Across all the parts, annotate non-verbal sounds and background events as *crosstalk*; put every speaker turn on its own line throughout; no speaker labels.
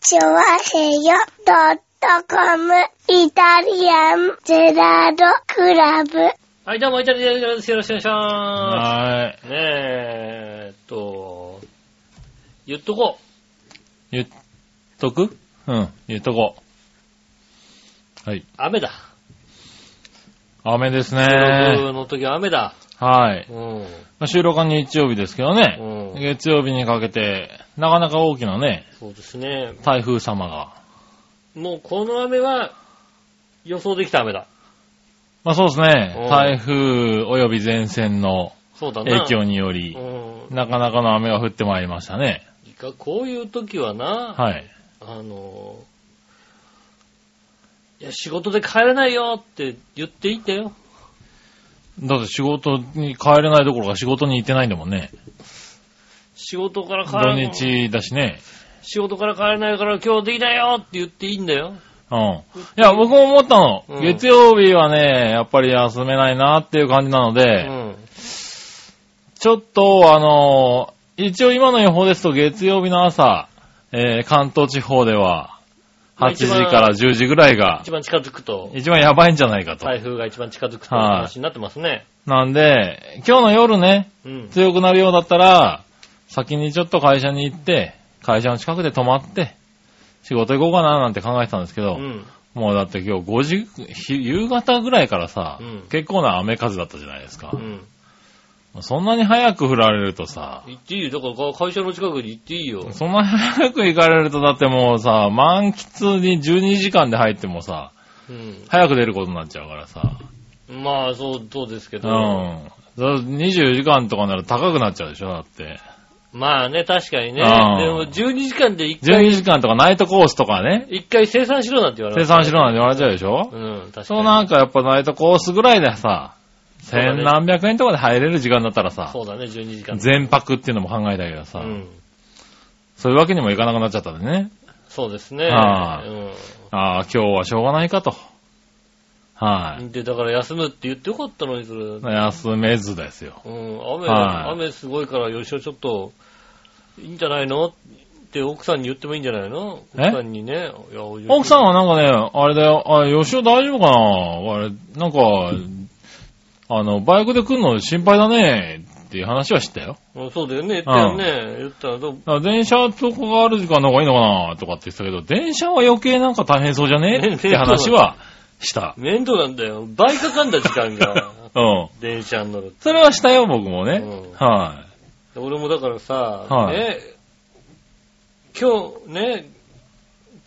チョワヘヨドットコムイタリアンゼラードクラブ。
はい、どうも、イタリアンジェラです。よろしくお願いしま
は
す。ねえ、えっと、言っとこ
ーい。言っとくうん、言っとこう。はい。
う。雨だ。
雨です
収
ね。
録の時は雨だ。
はい。
うん。
まあ、収録は日曜日ですけどね、
うん
月曜日にかけて、なかなか大きなね、
そうですね。
台風様が。
もうこの雨は予想できた雨だ。
まあそうです
う
ね
ん。
台風及び前線の
そうだな。
影響により
う、ん。
なかなかの雨が降ってまいりましたね。
いいかこういう時はな、
はい。
あの、いや、仕事で帰れないよって言っていいんだよ。
だって仕事に帰れないどころか仕事に行ってないんだもんね。
仕事から帰
土
れ
日だしね。
仕事から帰れないから今日できないよって言っていいんだよ。
うん。いや、僕も思ったの。
うん
月曜日はね、やっぱり休めないなっていう感じなの
う
で、
ん。
ちょっと、あのー一応今の予報ですと月曜日の朝、えー関東地方では、
まあ
8時から10時ぐらいが
一、番近づくと。
一番やばいんじゃないかと。
台風が一番近づくという話になってますね。
なんで、今日の夜ね、
うん。
強くなるようだったら、先にちょっと会社に行って、会社の近くで泊まって、仕事行こうかななんて考えてたんですけ
う
ど、
ん。
もうだって今日5時、ひ夕方ぐらいからさ、
うん
結構な雨風だったじゃないですか
う。ん。
そんなに早く降られるとさ、
行っていいよ。だから会社の近くに行っていいよ。
そんなに早く行かれるとだってもうさ、満喫に12時間で入ってもさ、
うん。
早く出ることになっちゃうからさ、
まあ、そう、そうですけ
う
ど。
ん。だ24時間とかなら高くなっちゃうでしょだって。
まあね、確かにね。
うん
でも、12時間で一回、
12時間とかナイトコースとかね、
一回生産しろなんて言われ
生
る。
産しろなんて言われちゃうでしょ、
うん、確かに。
そうなんかやっぱナイトコースぐらいでさ、
そうだね
千何百円とかで入れる時間だったらさ、
そうだね、12時間。
全泊っていうのも考えたけど
う
さ、
ん。
そういうわけにもいかなくなっちゃったんでね。
そうですね。
は
う
ああ、今日はしょうがないかと。はい、
ん。で、だから休むって言ってよかったのに、それ。うん、
休めずですよ。
雨、
はい
雨すごいから、よしおちょっと、いいんじゃないのって奥さんに言ってもいいんじゃないの
え
奥さんにね。いや
奥さんはなんかね、あれだよ、あ、吉尾大丈夫かなあれ、なんか、あの、バイクで来るの心配だね、っていう話は知ったよ。
うんそうだよね、言ったよね。言ったらどう、
だから電車とかがある時間の方がいいのかなとかって言ってたけど、電車は余計なんか大変そうじゃね
ね
って話はした。
面倒なんだよ。倍かかんだ時間が。
うん。
電車に乗る。
それはしたよ、僕もね。
うん
は
俺もだからさ、
はい
ね、今日、ね、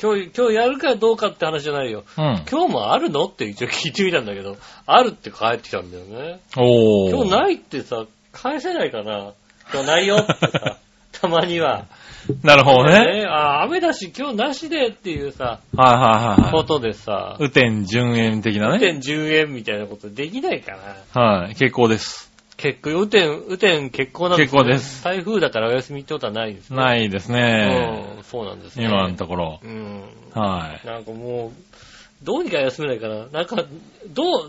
今日、今日やるかどうかって話じゃないよ。
い。うん。
今日もあるのって一応聞いてみたんだけど、あるって帰ってきたんだよね。
おー。
今日ないってさ、返せないかな。今日ないよって
*laughs*
さ、たまには。
なるほどね。
あー雨だし今日なしでっていうさ、
はいはいはい
こ
はい。
とでさ、
雨天順延的なね。
1.10円みたいなことできないかな。
はい。結構です。
結構、雨天、雨天結構なん
結構です。
台風だからお休みってことはないですね。い。
ないですね。
うん、そうなんですね。
今のところ。
うん。
はい。
なんかもう、どうにか休めないかな。なんか、どう、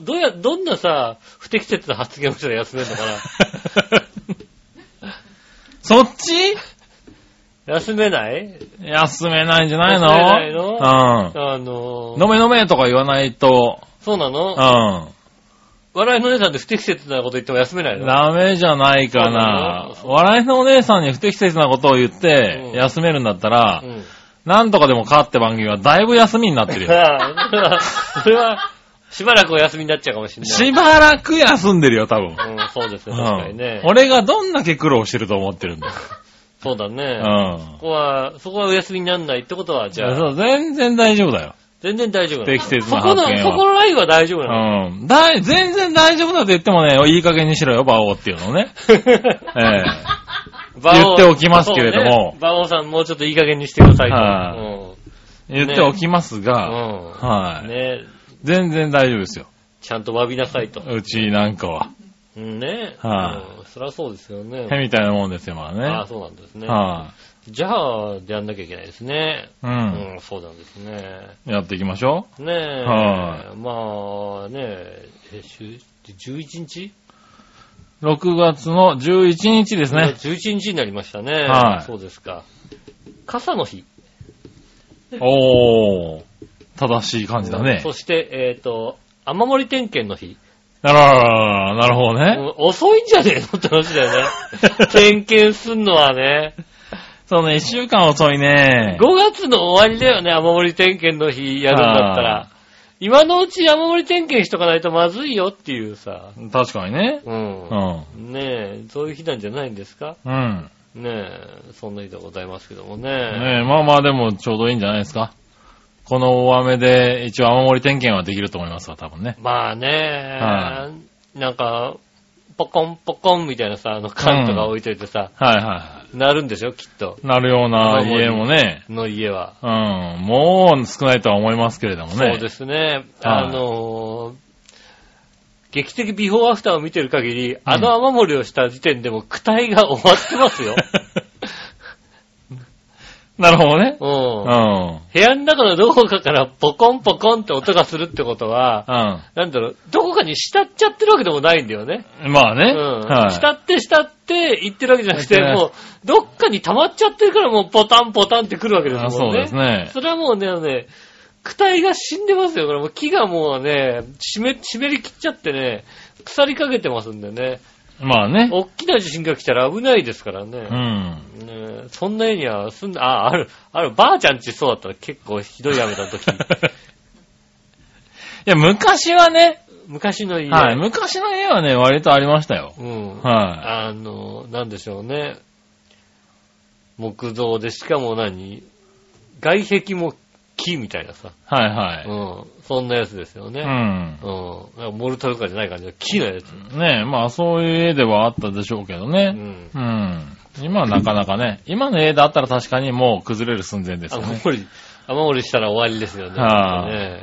どうや、どんなさ、不適切な発言をしたら休めるのか
*laughs* そっち *laughs*
な。休めない
休めないんじゃないの
休めないの
う
あの
ん。飲め飲めとか言わないと、
そうな
う
の
ん。
笑いの値段で不適切なこと言っても休めないの
ダメじゃないかな。笑いのお姉さんに不適切なことを言って
うん
休めるんだったら
う、ん。 *laughs*
なんとかでもかって番組はだいぶ休みになってるよ。
ああそれは、しばらくお休みになっちゃうかもしれない。
しばらく休んでるよ、多分。
うん、そうです
う
ね、確かにね
ん。。俺がどんだけ苦労してると思っ
*laughs*
てるんだよ。
そうだね。
うん
そ。こは、そこはお休みにならないってことは、じゃあ、
そう全然大丈夫だよ。
全然大丈夫なの
不適切
そ
な
こ
発
の、
言
そ
は
このラインは大丈夫なの、
うん。だ、全然大丈夫だと言ってもね、いい加減にしろよ、馬王っていうのね。
*laughs*
ええ言っておきますけれども
馬王そうね馬王さん、もうちょっといい加減にしてくださいと。
はい言っておきます
う
が、
ん。うん。
はい、
ね
全然大丈夫ですよ。
ちゃんと詫びなさいと。
うちなんかは。
うんね。
は
うんそりゃそうですよね。
へみたいなもんですよ、まあね。
ああ、そうなんですね。
は
じゃあ、やんなきゃいけないですね。
い、う。
うんん、そうなんですね。
やっていきましょ
ねえ。
は
まあ、ねえ、えしゅ11日
う。6月の11日ですね。
11日になりましたね。
はい
そうですか。傘の日。
おー。正しい感じだね。
そして、えっ、と、雨漏り点検の日。
あららららなるほどね。
もう遅いんじゃねえのって話だよね。
*laughs*
点検すんのはね。
そうね、一週間遅いね。
5月の終わりだよね、雨漏り点検の日やるんだった
あ
ら。今のうち雨漏り点検しとかないとまずいよっていうさ。
確かにね。
うん
う。ん。
ねえ、そういう日なんじゃないんですか
うん。
ねえ、そんな日でございますけどもね。
*laughs* ねえ、まあまあでもちょうどいいんじゃないですか。この大雨で一応雨漏り点検はできると思いますわ、多分ね。
まあね、
は
なんか、ポコンポコンみたいなさ、あの缶とか置いといてさ、
はいは
なるんでしょきっと。
い。なるような
雨漏り
家もね。
の家は。
うん。もう少ないとは思いますけれどもね。。
そうですすね。あのー劇的ビフォーアフターを見てる限り、あの雨漏りをした時点でもう躯体が終わってます
*laughs*
よ。
なるほどね。
う。
うんん。
部屋の中のどこかからポコンポコンって音がするってことは、
うん。
なんだろう、どこかに慕っちゃってるわけでもないんだよね。
まあね。
うん。
はい。
慕って慕って言ってるわけじゃなくて、
はい
もう、どっかに溜まっちゃってるからもうポタンポタンって来るわけですもんね。
あそうですね。
それはもうね、あのね、躯体が死んでますよ。これもう木がもうね、湿湿り切っちゃってね、腐りかけてますんでね。
まあね。
大きな地震が来たら危ないですから
う
ね。
ん。 *laughs*
ねえそんな家には住んだ、あ、ある、ある、ばあちゃんちそうだったら結構ひどい雨
*laughs*
の時。
いや、昔はね、
昔の家。
はい、昔の家はね、割とありましたよ。
うん。
は
あの、なんでしょうね。木造で、しかも何外壁も木みたいなさ
い。。はいはい。
うん。そんなやつですよね。
うん。
うん。なんかモルタルとかじゃない感じの木のやつ。
ねえ、まあそういう家ではあったでしょうけど
う
ね。
ん。
うん。今はなかなかね、今の家だったら確かにもう崩れる寸前ですよ
雨
ね。
漏り、雨漏りしたら終わりですよね。
はい
ね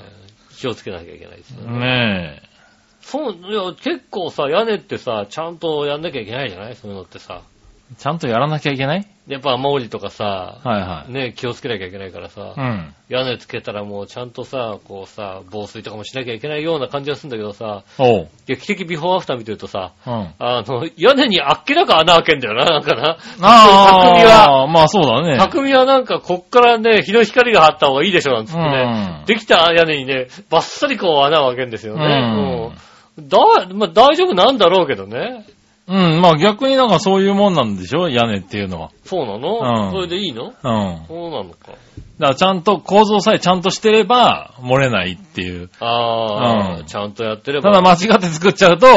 気をつけなきゃいけないですよね。
ね
そう、いや、結構さ、屋根ってさ、ちゃんとやんなきゃいけないじゃないそういうのってさ。
え。ちゃんとやらなきゃいけない
やっぱ雨漏りとかさ、
はいはい。
ね気をつけなきゃいけないからさ、
うん。
屋根つけたらもうちゃんとさ、こうさ、防水とかもしなきゃいけないような感じがするんだけどさ、
おう。
劇的ビフォーアフター見てるとさ、
うん。
あの、屋根にあっけなく穴開けんだよな、なんかな。匠は、
ああ、まあそうだね。
匠はなんかこっからね、日の光があった方がいいでしょ、なんつってね。
うん
できた屋根にね、ばっさりこう穴を開けるんですよね。うんだ、まあ大丈夫なんだろうけどね。
うん、まあ逆になんかそういうもんなんでしょ屋根っていうのは。
そうなの、
うん
それでいいの
うん。
そうなのか。
だからちゃんと構造さえちゃんとしてれば漏れないっていう。
ああ、
うん
ちゃんとやってれ
た
ば。
だ間違って作っちゃうと、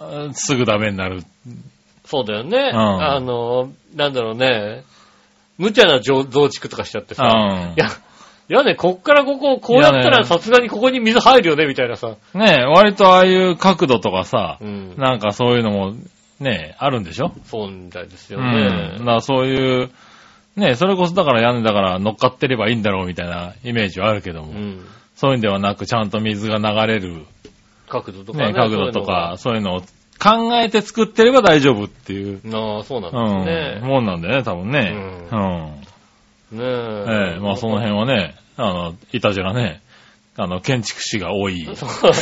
うんすぐダメになる。
そうだよね。
うん
あの、なんだろうね。無茶な増増築とかしちゃって
う
さ。
ん
い。や、いやね、こっからここ、こうやった
いや
ら
ね
さすがにここに水入るよね、みたいなさ。
ねえ、割とああいう角度とかさ
う、ん。
なんかそういうのも、ねえ、あるんでしょ
そうみたいです
う
よ
ん。
ね。
だからそういう、ねえ、それこそだから屋根だから乗っかってればいいんだろうみたいなイメージはあるけど
う
も、
ん。
そういうんではなくちゃんと水が流れる、
角度とか
ね
ね。
え、角度とか、そういうのを考えて作ってれば大丈夫っていう。
そういうのが。なあ、そうな
うん
です
ん。
ね。
もんなんだよね、多分ね。
う
うん。
ねえ
ええ、まあその辺はね、あの、いたじらね、あの、建築士が多い。
そう。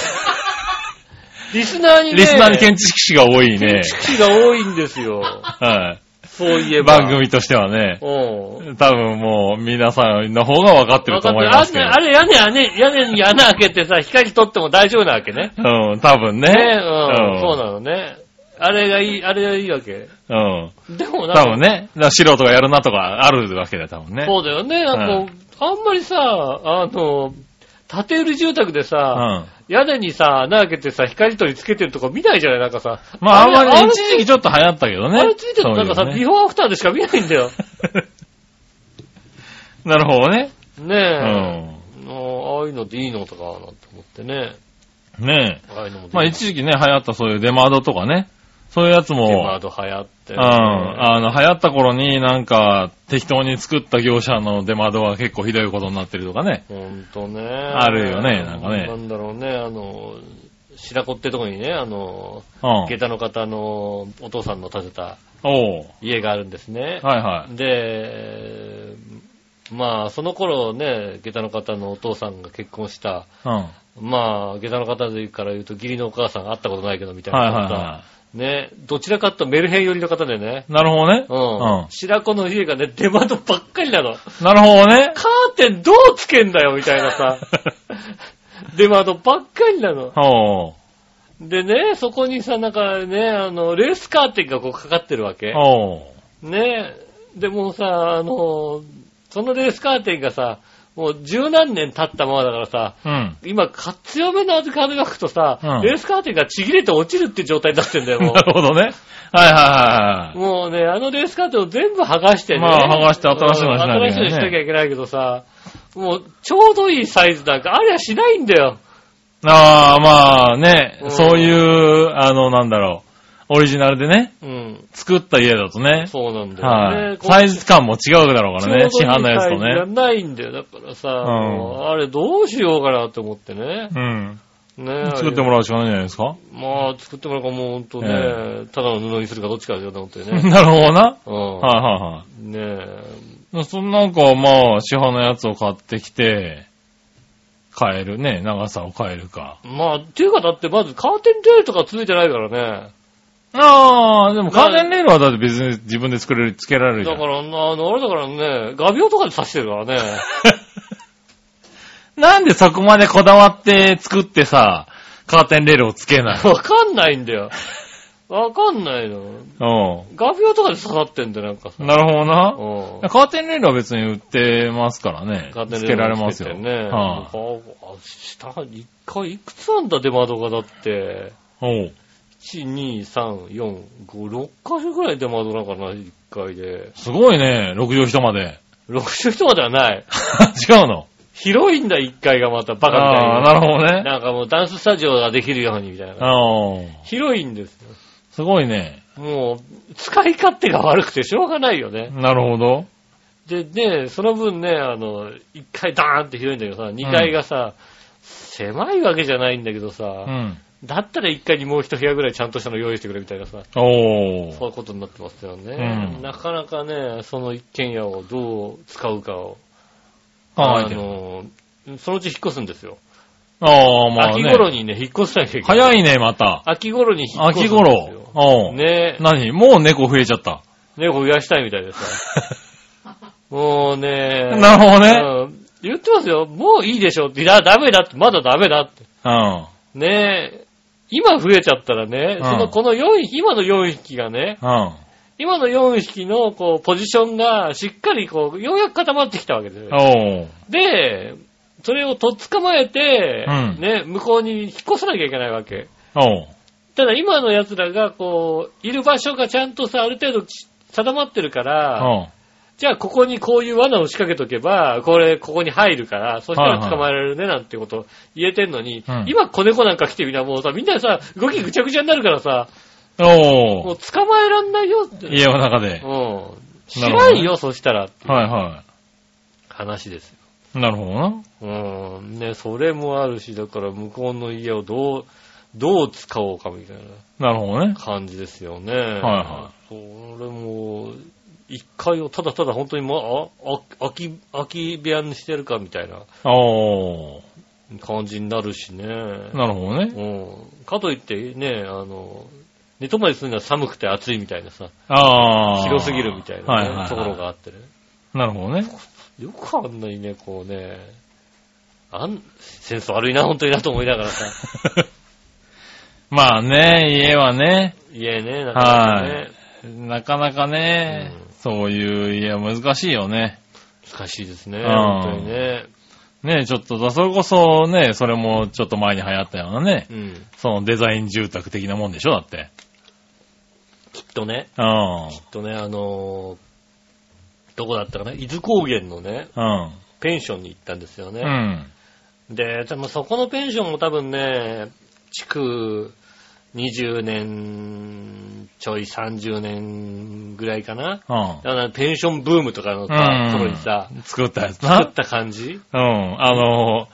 リスナーにね、
リスナーに建築士が多いね
建。築 *laughs* 士が多いんですよ。
は
そういえ
い。
ば。
番。組としてはね、
うん。
多分もう皆さんの方が分かってると思いますけど
あ。れ、あれ屋根、屋根、屋根に穴開けてさ、光取っても大丈夫なわけね。
うん、多分ね。
ね、うん、そうなのね。あれがいい、あれがいいわけ。
の。うん。
でもなんか
多分ね、だから素人がやるなとかあるわけだよ、多分ね。
そうだよね。なんか、あんまりさ、あの、建て売り住宅で
う
さ、
ん。
屋根にさ、穴開けてさ、光取りつけてるとこ見ないじゃないなんかさ。
まああんまり
れ
一時期ちょっと流行ったけどね。
あれついてるとなんかさ、
そういう
ビ
ね
フォーアフターでしか見ないんだ
*laughs*
よ。
なるほどね。
ね
う
え。
ん。
あああいうのでいいのとか、なんて思ってね。
ねえ。
ああいうのもできる
まあ一時期ね、流行ったそういう出窓とかね。そういうやつも。
デマード流行って、
うん。あの、流行った頃になんか、適当に作った業者の出窓は結構ひどいことになってるとかね。
ほんとね。
あるよねなんかね
なんだろうね、あの、白子ってとこにね、あの、
うん。
下駄の方のお父さんの建てた
おう。
家があるんですね。
はいはい。
で、まあ、その頃ね、下駄の方のお父さんが結婚した、
うん。はい
まあ、下駄の方から言うと義理のお母さんが会ったことないけどみたいな
はい
さ、
は
ね、どちらかとメルヘン寄りの方でね。
なるほどね。
うん。
うん
白子の家がね、出窓ばっかりなの。
なるほどね。
カーテンどうつけんだよ、みたいなさ。出窓ばっかりなの。
おう
でね、そこにさ、なんかね、あの、レースカーテンがこうかかってるわけ。
おう
ねでもさ、あの、そのレースカーテンがさ、もう十何年経ったままだからさ、
うん。
今、か強めの風が吹くとさ、
うん
レースカーテンがちぎれて落ちるって状態になってんだよ、
*laughs*
も
なるほどね。はいは
う。もうね、あのレースカーテンを全部剥がしてね。
まあ剥がして新しいのにしなきゃ
うん新
いけないね
しいのにしなきゃいけないけどさ、もう、ちょうどいいサイズなんかありゃしないんだよ。
いはい。ああ、まあね
う、ん
そういう、あの、なんだろう、オリジナルでね、
うん。
作った家だとね、
そうなんだよね。
はい。サイズ感も違うだろうからね、市販のやつと
が
ね。
ないんだよ。だからさ、
ん
もうあれどうしようかなと思ってね。
うん。
ね
作っても
ら
らうしかないんじゃないですか。
う。まあ、作ってもらうかもうほんとね、
え
ただの布にするかどっちかだよと思って
*laughs*
ね。
なるほどな。
う
はいはい
ん。ねえ。
はい。そんなんか、まあ、市販のやつを買ってきて、変えるね、長さを変えるか。
まあ、っていうかだってまずカーテンレールとかついてないからね。
ああ、でもカーテンレールはだって別に自分で作れる、つけられるじゃ
だ
ん
か。ら、あの、あれだからね、画鋲とかで刺してるからね。
*laughs* なんでそこまでこだわって作ってさ、カーテンレールをつけ *laughs* ない
わかんないんだよ。わかんないの。
の
画鋲とかで刺さってんだよ、なんか
う
さ。
ん。なるほど
う
な。
ん。
カーテンレールは別に売ってますからね。
勝手に
つけられます
つけ
よ。
てね。
は
あ、下、一回いくつなんだ、出窓がだって。
いおう
1、2、3、4、5、6箇所ぐらい出窓なんかな、1回で。
すごいね、6畳一まで。 *laughs*
6所とまではない。
違う *laughs* の
広いんだ、1階がまた、バカみたい
ああ、
に
なるほどね。
なんかもうダンススタジオができるようにみたいな。
ああ、
広いんですよ。
すごいね。
もう、使い勝手が悪くてしょうがないよね。
なるほど。
で、ね、その分ね、あの、1階ダーンって広いんだけどさ、2階がさ、狭いわけじゃないんだけど
う
さ、
ん。
だったら1階にもう1部屋ぐらいちゃんとしたの用意してくれみたいなさ、そ
おー。
ういうことになってますよね。
うん
なかなかね、その一軒家をどう使うかを、
あ
あ
ー
の、そのうち引っ越すんですよ。
あー、まあ
秋
ね。
頃にね、引っ越さなきゃいけない。
早いね、また。
秋頃に引っ越すんで
秋
すよ。
頃。おう
ね
何もう猫増えちゃ
*laughs*
った。
猫増やしたいみたいでさ。もうね。
なるほどね。
うん言ってますよ。もういいでしょって。いや、ダメだって。まだダメだって。
うん。
ねえ。今増えちゃったらね、
うん
その、この4匹、今の4匹がね、
うん。
今の4匹の、こう、ポジションが、しっかり、こう、ようやく固まってきたわけですよ。
おう。
で、それをとっ捕まえて、
うん
ね、向こうに引っ越さなきゃいけないわけ。
おう。
ただ今の奴らが、こう、いる場所がちゃんとさ、ある程度ち定まってるから、
おう。
じゃあ、ここにこういう罠を仕掛けとけば、これ、ここに入るから、そしたら捕まえられるね、なんてこと言えてんのに、
うん
今、子猫なんか来てみな、もうさ、みんなさ、動きぐちゃぐちゃになるからさ、も
お
う
う。
捕まえらんないよって。
家の中で
う。ん。し
なるほどね
ないよ、そしたら、
はいは
話ですよ。
い。なるほどな。
うん。ね、それもあるし、だから、向こうの家をどう、どう使おうかみたいな
なるほどね。
感じですよね。。
はい
それも、一階をただただ本当に、まあ、あ空き、空き部屋にしてるかみたいな。
おう。
感じになるしね。
なるほどね。
うん。かといってね、あの、寝泊まりするには寒くて暑いみたいなさ、
ああ。
広すぎるみたい
はいはい
な
は
ね
い。
ところがあってね。
なるほどね。 *laughs*
よくあんなにね、こうね、あん、センス悪いな、本当になと思いながら
*laughs*
さ、
まあね、家はね、
家ね、なんかね、
なかなかね
う、
そういう家は難しいよね。
難しいですね、
ん
本当にね。
ねちょっとだ、それこそね、それもちょっと前に流行ったようなね、
うん。
そのデザイン住宅的なもんでしょ、だって。
きっとね、
うん。
きっとね、あのーどこだったかな、伊豆高原のね、
うん。
ペンションに行ったんですよね。
うん。
で、でもそこのペンションも多分ね、築20年ちょい30年ぐらいかな。
うん。
だからペンションブームとかのさ、
うん
頃にさ、
作ったやつ
作っ
な。
た感じ
うん。あのー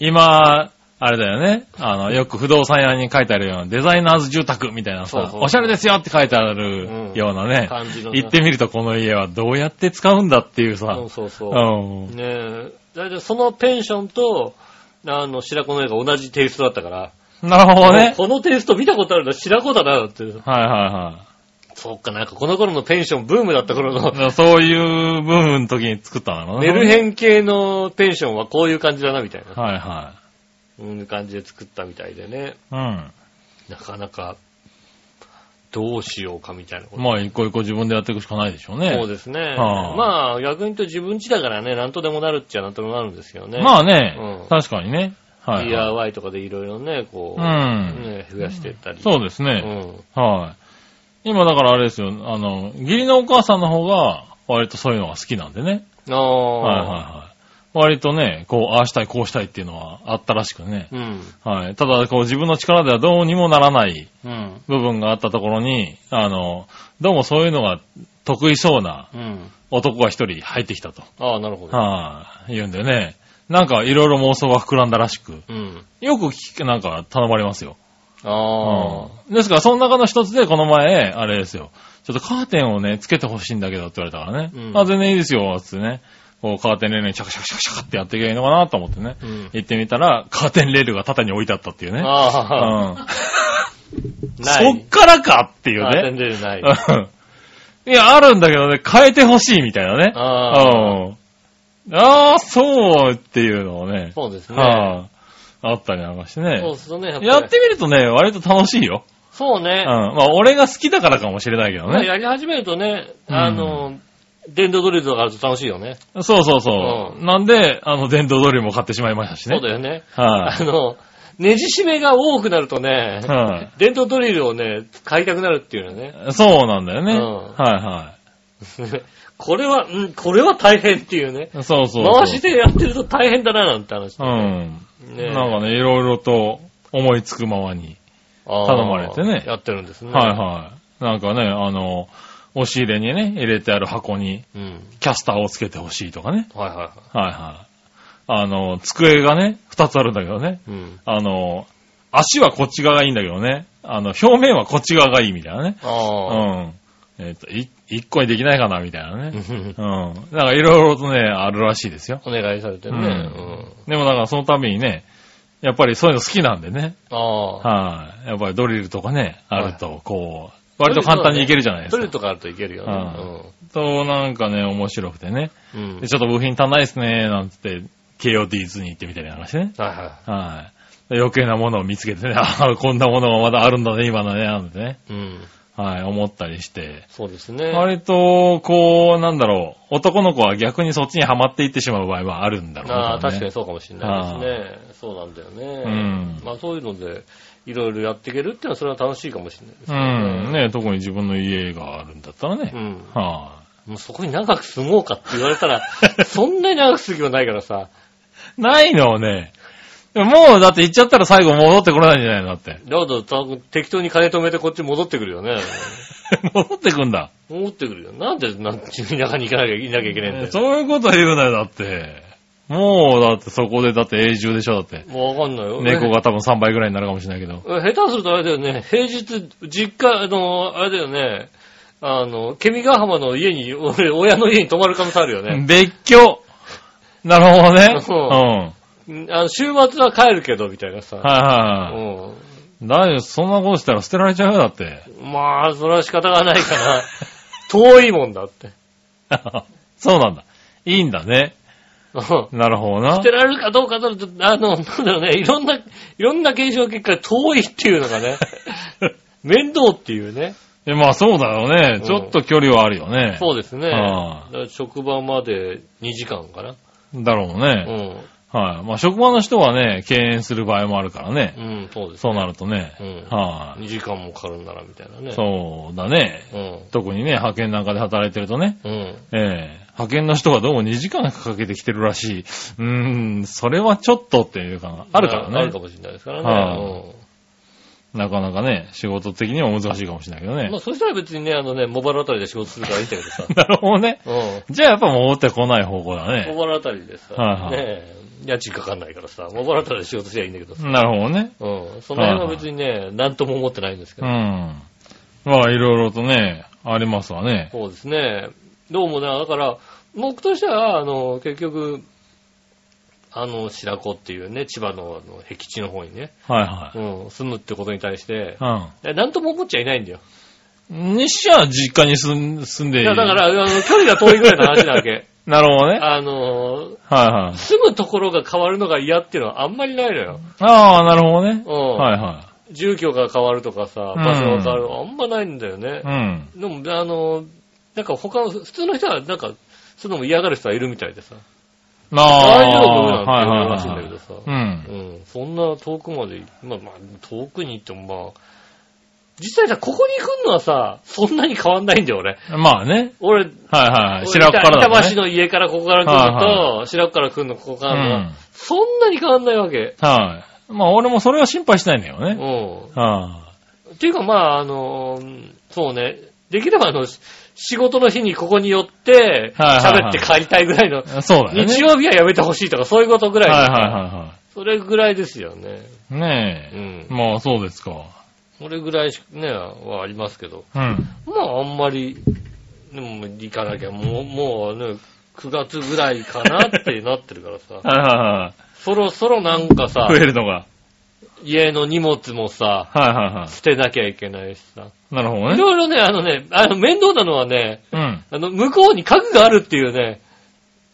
今、あれだよね。あの、よく不動産屋に書いてあるようなデザイナーズ住宅みたいな
そうそう
さ、
そう
おしゃれですよって書いてあ
うん
るようなね。
感じのね
行ってみるとこの家はどうやって使うんだっていうさ
う。ん、そうそうう。
ん。
ねえ、だいたいそのペンションと、あの、白子の絵が同じテイストだったから、
なるほどね。
このテイスト見たことあるな、白子だな、って。
はいは
そっか、なんかこの頃のペンションブームだった頃の
いはい。 *laughs* そういう部分の時に作ったの
メルヘン系のペンションはこういう感じだな、みたいな、
はいは
うん、感じで作ったみたいでね。
い。うん。
なかなか、どうしようかみたいなこと。
まあ、一個一個自分でやっていくしかないでしょうね。
そうですね。
はあ
まあ、逆に言うと自分ちだからね、なんとでもなるっちゃなんとでもなるんですけどね。
まあね、
うん
確かにね。はい、はい。
DIY とかでいろいろね、こう、
うん
ね、増やしていったり。
そうです
う
ね。
ん。
はい。今だからあれですよ、あの、義理のお母さんの方が、割とそういうのが好きなんでね。
あ
はいはい
あ。
はい。割とね、こう、ああしたい、こうしたいっていうのはあったらしくね。
うん。
はい。ただ、こう、自分の力ではどうにもならない
うん。
部分があったところに、あの、どうもそういうのが得意そうな
うん。
男が一人入ってきたと。
ああ、なるほど。
はい、言うんだよね。なんか、いろいろ妄想が膨らんだらしく。
うん。
よく聞く、なんか、頼まれますよ。
ああ。
うんですから、その中の一つで、この前、あれですよ。ちょっとカーテンをね、つけてほしいんだけどって言われたからね。
うん
あ、全然いいですよ、つってね。こう、カーテンレールにシャカシャカシャカシャカってやっていけばいいのかなと思ってね。
うん。
行ってみたら、カーテンレールが縦に置いてあったっていうね。う
ああ、
ん。
ない。
そっからかっていう
あ全
ね。
然
*laughs*
ない。
うんいや、あるんだけどね、変えてほしいみたいなね。
ああ。
うんあー、そうっていうのをね。
そうですね。
はいあったりなんかし
そ
て
う
ね。
するとね、ぱり
やってみるとね、割と楽しいよ。
そうね
うん。。まあ、俺が好きだからかもしれないけど
まあ
ね。
やり始めるとね、
うん
あの、電動ドリルとかあると楽しいよね。
そうそうそうう。なんで、あの、電動ドリルも買ってしまいましたし
そ
ね
う。だよね。
は
あの、ねじ締めが多くなるとね
い。、は
電動ドリルをね、買いたくなるっていうのね。 *laughs*
い。そうなんだよね。
うん
は
これは、うん、これは大変っていうね
い。はい。そうそうそう。
回し。でやってると大変だななんて話。
うん。
ね
なんかね、いろいろと思いつくままに。
あー
頼まれてね
やってるんですね。
はいはい。なんかね、あの、押し入れにね、入れてある箱に
い。うん。
キャスターをつけてほしいとかね。
はいはいは
はいはい。あの、机がね、二つあるんだけどね。
い。うん。
あの、足はこっち側がいいんだけどね。あの、表面はこっち側がいいみたいなね。う
ああ。
ん。えっ、と、い一個にできないかな、みたいなね。
うん
うん。なんかいろいろとね、あるらしいですよ。
*laughs* お願いされてね。
う
うんん。
でもだからそのためにね、やっぱりそういうの好きなんでね。
ああ。
はい、やっぱりドリルとかね、あると、こう、割と簡単にいけるじゃないです
ド
か。
リルとかあるといけるよね。
と、なんかね、面白くてね。
うん。うん
で。ちょっと部品足んないですね、なんつって、KOD2 に行ってみたいな話ね。
はいは
はい。余計なものを見つけてね、 *laughs* ああ、こんなものがまだあるんだね、今のね、なんてね。
い。うん。
はい、思ったりして。
そうですね。
割と、こう、なんだろう、男の子は逆にそっちにはまっていってしまう場合はあるんだろうね。
ああ、
多
確
分
か
ね
にそうかもしれないですね。そうなんだよね。
うん
まあそういうので、いろいろやっていけるっていうのはそれは楽しいかもしれないです
うん、ね特に自分の家があるんだったらね。
う
はい、
ん。もうそこに長く住もうかって言われた
*laughs*
ら、そんなに長く住む気はないからさ。
ないのね。でももう、だって行っちゃったら最後戻ってこれないんじゃないのだって。 *laughs*
だけど多分適当に金止めてこっち戻ってくるよね。
戻ってくんだ。
戻ってくるよ。なんで、なんで田舎に行かなきゃいなきゃいけないんだよ。
そういうこと言うなよ、だって。もう、だってそこで、だって永住でしょ、だって。
もうわかんないよ。
猫が多分3倍ぐらいになるかもしれないけど。
え。下手するとあれだよね、平日、実家、あの、あれだよね、あの、ケミガ浜の家に、俺、親の家に泊まる可能性あるよね。
別居なるほどね。
そう
うん。
うんあの、週末は帰るけど、みたいなさ。
はいはいはい。大丈夫、そんなことしたら捨てられちゃうよ、だって。 *laughs*
うん。まあ、それは仕方がないかな。 *laughs* 遠いもんだって。
そうなんだ。いいんだね。
うん捨
なるほどな
て。られるかどうかとると、あの、なんだろうね、いろんな、いろんな検証結果、遠いっていうのが
*laughs*
ね、面倒っていうね。
えまあそうだよ
う
ね。
ん
ちょっと距離はあるよね。
そうですね。
ああ
だから職場まで2時間かな。
だろう
う
ね。
ん。
はい。まあ職場の人はね、敬遠する場合もあるからね。
うん、そうです。
そうなるとね。
うん
はい。
2時間もかかるんなら、みたいなね。
そうだね。
うん。
特にね、派遣なんかで働いてるとね。
うん。
ええ派遣の人がどうも2時間かけてきてるらしい。うーん、それはちょっとっていうか、あるから
ある
ね
か。もしれないですから
はあ
ね。うん。
なかなかね、仕事的には難しいかもしれないけどね。
まあ、。そしたら別にね、あのね、茂原あたりで仕事するからいいんだけどさ
なるほどね。
うん。
じゃあやっぱ戻ってこない方向だ
茂
ね。
原あたりでさ、
はいはい
ねえ、家賃かかんないからさ、茂原あたりで仕事すりゃいいんだけどさ。
なるほどね。
うん。その辺は別にね、なんとも思ってないんですけ
う
ど。
ん。まあ、いろいろとね、ありますわね。
そうですね。どうもね、だから、僕としては、あの、結局、あの、白子っていうね、千葉のあの僻地の方にね、
はいは
うん、住むってことに対して、
い。
えなんとも思っちゃいないんだよ。
うん。にしゃ、実家に住ん住んで
い
い
や、だから、あの、距離が遠いぐらいの話なわけ。
なるほどね。
あの、
はいはい。
住むところが変わるのが嫌っていうのはあんまりないのよ。
ああ、なるほどね。
うん。
はいは
住居が変わるとかさ、場所が変わる、あんまないんだよね
い。う。ん。
でも、あの、なんか他の、普通の人はなんか、そういうのも嫌がる人はいるみたいでさ。
ま
大丈夫な
あは
いんて
は
思
いうは
らしいんだけ
い
どさ。
はい。う
うん。そんな遠くまで、まあまあ、遠くに行ってもまあ、実際さ、ここに来るのはさ、そんなに変わんないんだよ、俺。
ん。まあね。
俺、
はいはい。白子
俺
からだ
板
ね。
板橋の家からここから来るのと、白子から来るの、ここからのは、
うん
そんなに変わんないわけ。
はい。まあ俺もそれは心配しないんだよ
う
ね。
ん。
は
っていうか、まあ、あの、そうね、できればあの、し仕事の日にここに寄って、
はいはいは
喋
い
って帰りたいぐらいの、
い。そうだよね。
日曜日はやめてほしいとか、そういうことぐらい
はい
の、
は
それぐらいですよね。
い
う
はいはい。ね
ん
え。。まあそうですか。
それぐらいしね、はありますけど。
うん。、
まあ、あんまり、でも、行かなきゃ、もう、もうね、9月ぐらいかなってなってるからさ
*laughs* はいは
そろそろなんかさ
*laughs* いはい。、増えるのが。
家の荷物もさ、
はいはいは
捨てなきゃいけないしさ。
い。なるほど
い
ね。
ろいろね、あのね、あの、面倒なのはね、
うん。
あの、向こうに家具があるっていうね、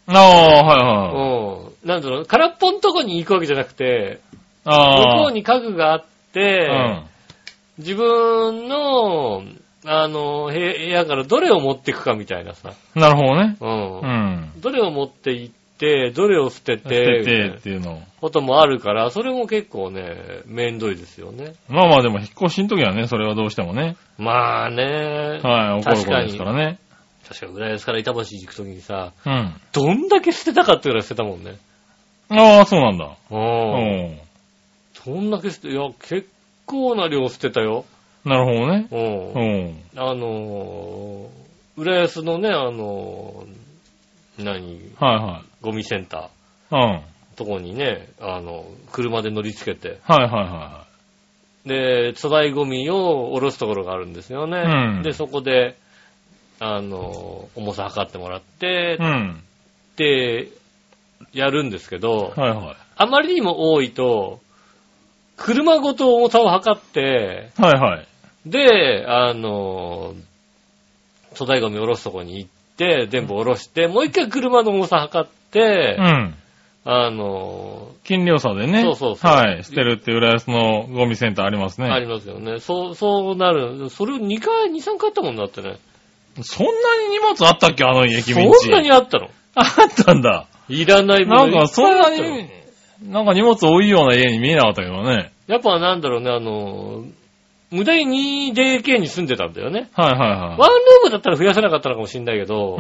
ああ、はいはい。
うん。なんだろう、空っぽのとこに行くわけじゃなくて、向
ああ。
こうに家具があっ
う
て、
ん。
自分の、あの、部部屋からどれを持っていくかみたいなさ、
なるほどね。
う。
うんん。
どれを持って行って、どれを捨てて、
捨て
みたいな
てっていうのを。
こともあるから、それも結構ね、めんどいですよね。
まあまあでも引っ越しの時はね、それはどうしてもね。
まあね、
はい、怒る
確
こ
か
と
に
ですからね。
確か浦安から板橋行くときにさ、
うん。
どんだけ捨てたかってぐらい捨てたもんね。
ああ、そうなんだ。
う。
うんん。
そんだけ捨て、いや、結構な量捨てたよ。
なるほどね。
う。
うんん。
あのー、浦安のね、あのー、何、
は
ゴミセンタ
いはい。うん。
ー、とこにね、あの、車で乗り付けて、
はいは
で、粗大ゴミを下ろすところがあるんですよね。
うん
で、そこで、あのー、重さ測ってもらって
いはい。、うん。
で、やるんですけど、
はいは
あまりにも多いと、車ごと重さを測って、
い。はいはい。
で、あの、粗大ゴミ下ろすとこに行って、全部下ろして、もう一回車の重さ測って、
うん。
あの、
金量差でね。
そうそうそう
はい。捨てるって浦安のゴミセンターあります
あ
ね。
りますよね。そう、そうなる。それを2回、2、3回あったもんだってね。
そんなに荷物あったっけあの家、君んち。
そんなにあったの
あったんだ。
いらないも
な
の
んかそんない
っぱいあったの
に、なんか荷物多いような家に見えなかったけどね。
やっぱなんだろうね、あの、無駄に 2DK に住んでたんだよね。
はいはい
ワ
は
ンルームだったら増やせなかったのかもしれないけど、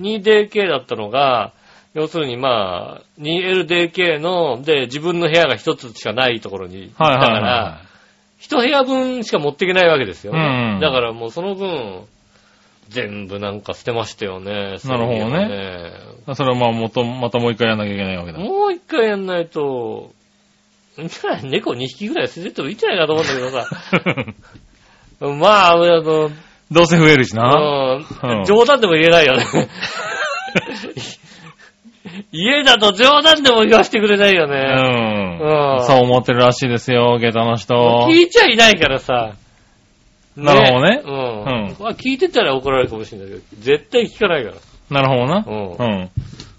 い。
2DK だったのが、要するにまあ、2LDK の、で、自分の部屋が一つしかないところに行った
うん。はい
か
はい
ら、
は
一部屋分しか持っていけないわけですよね、
うん
だからもうその分、全部なんか捨てましたよね。
なるほど
ね。
い。それをまあ、もと、またもう一回やんなきゃいけないわけだ。
もう一回やんないと、 *laughs* 猫2匹ぐらい捨ててってもいいんじゃないかと思うんだけどさ。 *laughs* まあ、あの、
*laughs* どうせ増えるしな。
う
うんん
冗談でも言えないよ
*laughs*
ね。家だと冗談でも言わせてくれないよ
う
ね。
ん
うん。
そう思ってるらしいですよ、下駄の人。
聞いちゃいないからさ。
なるほどね
うん
うん。
まあ聞いてたら怒られるかもしれないけど、絶対聞かないから。
なるほどな。
うん
うん。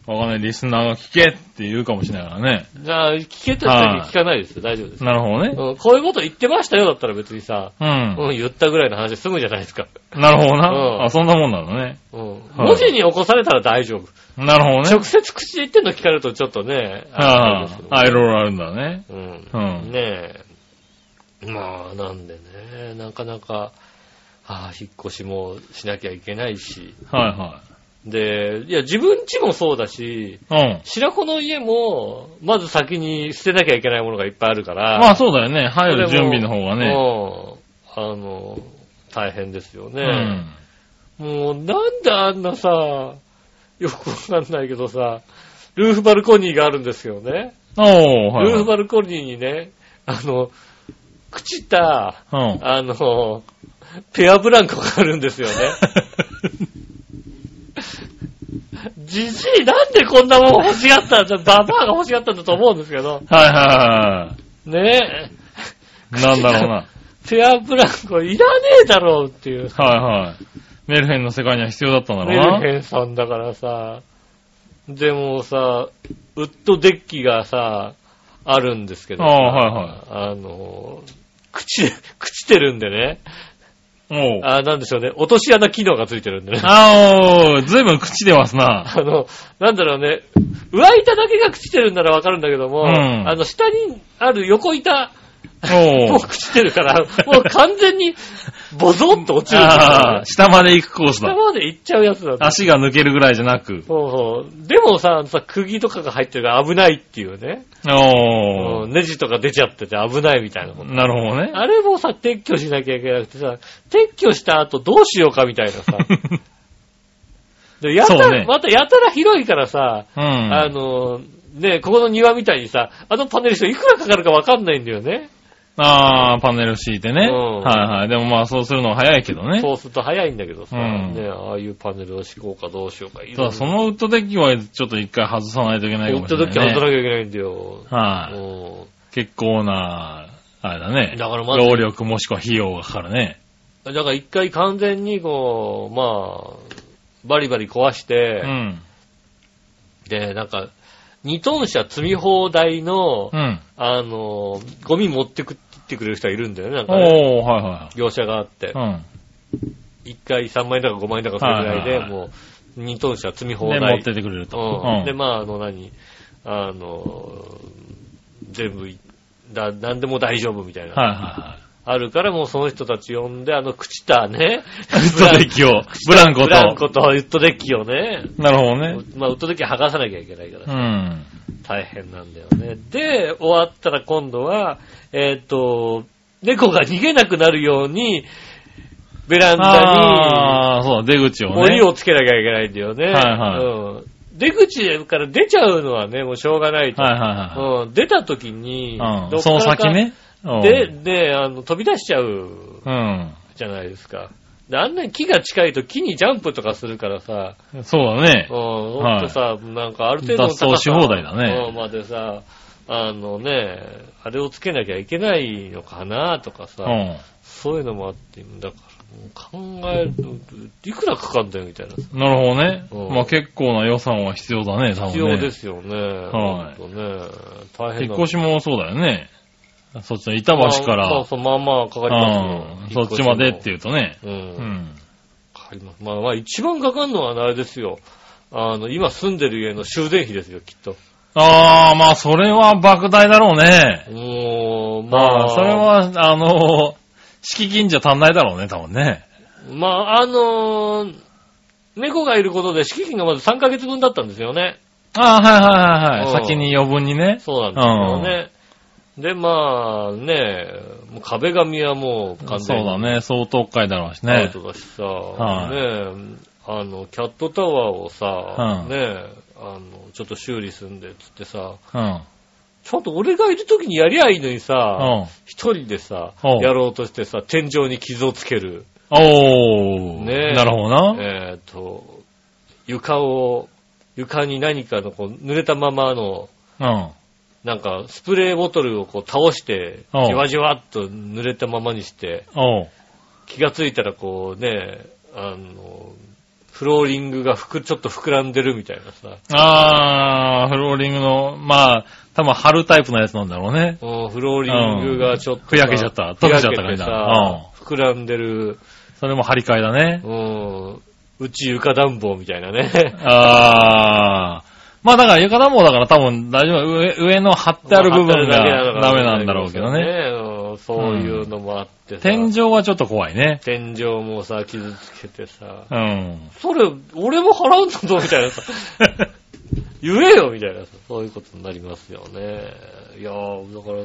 わかんない、リスナーが聞けって言うかもしれないからね。
じゃあ、聞けた人に聞かないですよ。大丈夫です。
なるほどね。
うんこういうこと言ってましたよだったら別にさ、
うん。
うん、言ったぐらいの話で済むじゃないですか。
なるほど
うん
な。あ、そんなもんなのね。
うん。
はい
文字に起こされたら大丈夫。
なるほど
直
ね。
接口で言ってんの聞かれるとちょっとね、
あ
れですけど
あ、あ、いろいろあるんだね。
うん。
う
ね
ん
え。まあ、なんでね、なかなか、ああ、引っ越しもしなきゃいけないし。
は
で、いや、自分家もそうだし、
いはい。うん。
白子の家も、まず先に捨てなきゃいけないものがいっぱいあるから。
まあそうだよね。入
それ
る
も
準備の方がね。
うん。あの、大変ですよ
う
ね。
ん。
もう、なんであんなさ、よくわかんないけどさ、ルーフバルコニーがあるんですよね。
おー、はい
ルーフ
はい。
バルコニーにね、あの、朽ちた、
うん。
あの、ペアブランコがあるんですよね。 *laughs* じじいなんでこんなもん欲しがったんだ、ババアが欲しがったんだと思うんですけど、
はいはいは
ねえ、
い。なんだろうな。
ペアブランコいらねえだろうっていう。
はいはい。メルヘンの世界には必要だったんだろ
メ
うな。
ルヘンさんだからさ、でもさ、ウッドデッキがさ、あるんですけどさ、
ああはいはい
あの、朽ち、朽ちてるんでね、
おう。
あなんでしょうね、落とし穴機能がついてるんでね。
あおう、ずいぶん口出ますな。
あの、なんだろうね、上板だけが朽ちてるんならわかるんだけども、
うん
あの、下にある横板、
お
もう
う。
朽ちてる
*laughs*
から、もう完全に、ボゾンと落ちるんだ
あ
よ
あ、
ね。
下まで行くコース
下
だ。
まで行っちゃうやつだった。
足が抜けるぐらいじゃなく。
そうそう。でもさ、さ、釘とかが入ってるから危ないっていうね。
お
う
う。
んネジとか出ちゃってて危ないみたいなこと。
なるほどね。
あれもさ、撤去しなきゃいけなくてさ、撤去した後どうしようかみたいな
*laughs*
さ。でやた
そう
ら、
ね
またやたら広いからさ、
うん。
あの、ね、ここの庭みたいにさ、あのパネル人いくらかかるかわかんないんだよね。
ああ、パネル敷いてね。
うん
はいはい。でもまあそうするのは早いけどね。
そうすると早いんだけどさ、
うん
ね、ああいうパネルを敷こうかどうしようか。い
ただそのウッドデッキはちょっと一回外さないといけないか
行
も
っ
したれない、
時
ね。
は働なきゃいけないんだよ。
は
う
い、
ん
結構な、あれだね。
だからまず
労力もしくは費用がかかるね。
だから一回完全にこう、まあ、バリバリ壊し
う
て、
ん。
で、なんか、二トン車積み放題の、
うん。
あの、ゴミ持ってくってくれる人がいるんだよね、なんかね、
おー、はいは
業者があって
い。はい。
一回3万円だか5万円だかそれぐらい
はい
で、
はいはい
もう、二トン車積み
うん。
放
で、持
題
っ。ててくれると。
うん。で、
ん
まあ、あの、何、あの、全部い、だ、なんでも大丈夫みたいな。
はいは
あるから、もうその人たち呼んで、あの、朽ちたね、
いはい。ウッドデッキを、ブランコ
ブラン
と。
コとウッドデッキをね、
なるほどね。
まあ、ウッドデッキ剥がさなきゃいけないか
う
ら、
ん。
大変なんだよね。で、終わったら今度は、えっ、と、猫が逃げなくなるように、ベランダ
ああ、そうだ、出口を
に、
ね。
檻をつけなきゃいけないんだよね。
はいはい
うん、出口から出ちゃうのはね、もうしょうがないと。
はいはいは
うん、出た時に、
い。う
ど
ん。
っか
そ
ら
の
か
先。ね。うん
で、、で、あの、飛び出しちゃう
うん。
じゃないですか。で、あんなに木が近いと木にジャンプとかするからさ、
そうだね
うん、。ほんとさ、なんかある程度の高さ
脱走し放題だね
うんまでさ、あのね、あれをつけなきゃいけないのかなとかさ、
う
そういうのもあって、だからもう考えると、いくらかかんだよみたいな。
ん。なるほど
う
ね。
ん
まあ結構な予算は必要だね、多分ね。
必要ですよね。
はい
ほんとね、大変
引
な
っ越しもそうだよね。そっちの板橋か
まあ
ら、
そうそう、まあまあかかり
う
ま
ん
す
そ
よ。
っちまでっていうとね。
う。
うんん。
かかります。まあまあ一番かかるのはあれですよ。あの、今住んでる家の修繕費ですよ、きっと。
ああ、まあそれは莫大だろうね。
もう、ま
ま
あ、
あ、それは、あの、敷金じゃ足んないだろうね、多分ね。
まあ、あのー猫がいることで敷金がまず3ヶ月分だったんですよね。
ああ、はいはいはい
う
は
ん
い。先に余分にね。
そうなんですよね。で、まあね、もう壁紙はもう
そ
完
う
全
だ
に
ね、相当回だろうし
アウ
ね。
トだしさ、
はい
ねあの、キャットタワーをさ、
うん
ねあの、ちょっと修理すんでっつってさ、
うん。
ちょっと俺がいる時にやりゃいいのにさ、
うん。
一人でさ、
うん
やろうとしてさ、天井に傷をつける、
おー。
ねえ
なるほど
え
な。
っと、床を、床に何かのこう濡れたままの、
うん。
なんか、スプレーボトルをこう倒して、
うん
じわじわっと濡れたままにして、
おう。
気がついたらこうね、あの、フローリングがふく、ちょっと膨らんでるみたいなさ、
ああ、フローリングの、まあ、多分貼るタイプのやつなんだろうね。
うんフローリングがちょっとさ、
うんふやけちゃった
ふ
溶
やけ
けちゃってた感じだ
さ、膨らんでる、
それも張り替えだね。
うん、うち床暖房みたいな
*laughs*
ね。
ああ。まあだから床暖房だから多分大丈夫。上上の張ってある
*laughs*
部分がダメなんだろうけどね。
うんそういうのもあってさ
天井はちょっと怖いね。
天井もさ、傷つけてさ、
うん。
それ、俺も払うんだぞ、みたい
*laughs*
なさ、言えよ、みたいなさ、そういうことになりますよね。いやー、だから、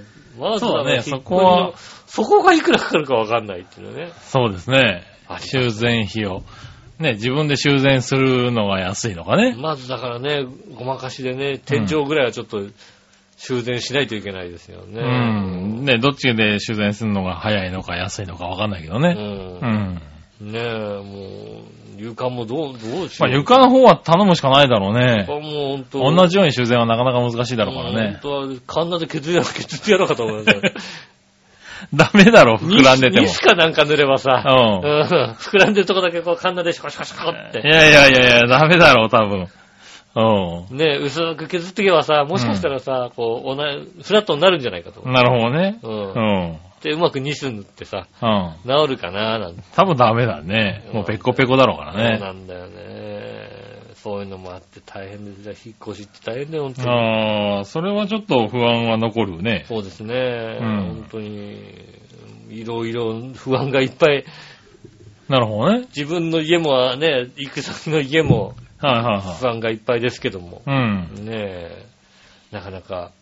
まず
そうだね
引っ越しの
そこは
そこがいくらかかるかわかんないっていうね。
そうですね
ありま。す
修繕費用。ね、自分で修繕するのが安いのかね。
まずだからね、ごまかしでね、天井ぐらいはちょっと修繕しないといけないですよね。
うん。ね、どっちで修繕するのが早いのか安いのかわかんないけど
う。
ね。うんん。
ねえ、もう、床もどう、どうし
ま
よ
あ
う。
床の方は頼むしかないだろうね。
床も本当
同じように修繕はなかなか難しいだ
だ
ろうからね。
本当は、カンナで削りやろう、削ってやろうかと思いますよ。
ダメだろ、膨らんでて
ニ
も。
スかなんか塗ればさ、う
うん。
ん、膨らんでるとこだけこうカンナでシコシコシコっ
い
て。
やいやいやいや、ダメだろう、多分。う
ね、薄く削っていけばさ、もしかしたらさ、こう、おな、フラットになるんじゃないかと思
ん。なるほどね。
う。
う
うん。
ん。
で、うまくニス塗ってさ、
うん。
治るかなーなんて。
多分ダメだね。もうペッコペコだろうから
そう
ね。
なんだよね。そういうのもあって大変ですね。引っ越しって大変だよ、本当に。
ああ、それはちょっと不安は残るね。
そうですね。
うん
本当に、いろいろ不安がいっぱい、
なるほどね。
自分の家もね、行く先の家も
はいはい
不安がいっぱいですけども。
はい。うん。
ねえ、なかなか、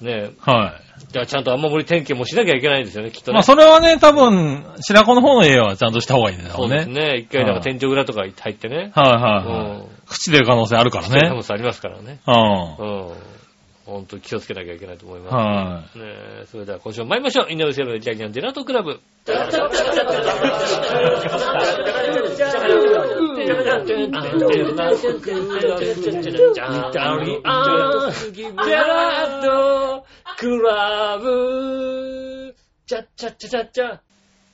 ねえ、
は
じゃあちゃんと雨漏り点検もしなきゃいけないんですよね、きっ
い。
とね。
まあそれはね、多分、白子の方の家はちゃんとした方がいいんだろ
そううです
ね。
ね。一回なんか天井裏とか入ってね。
はいうはいはい。
ん。
口出る可能性あるから
可
ね
能。性ありますからね。
うん。
うん。本当気をつけなきゃいけないと思います。
は
ねえ、それでは今週も参りましょう。井上セブンジャイアンジェラートクラブ。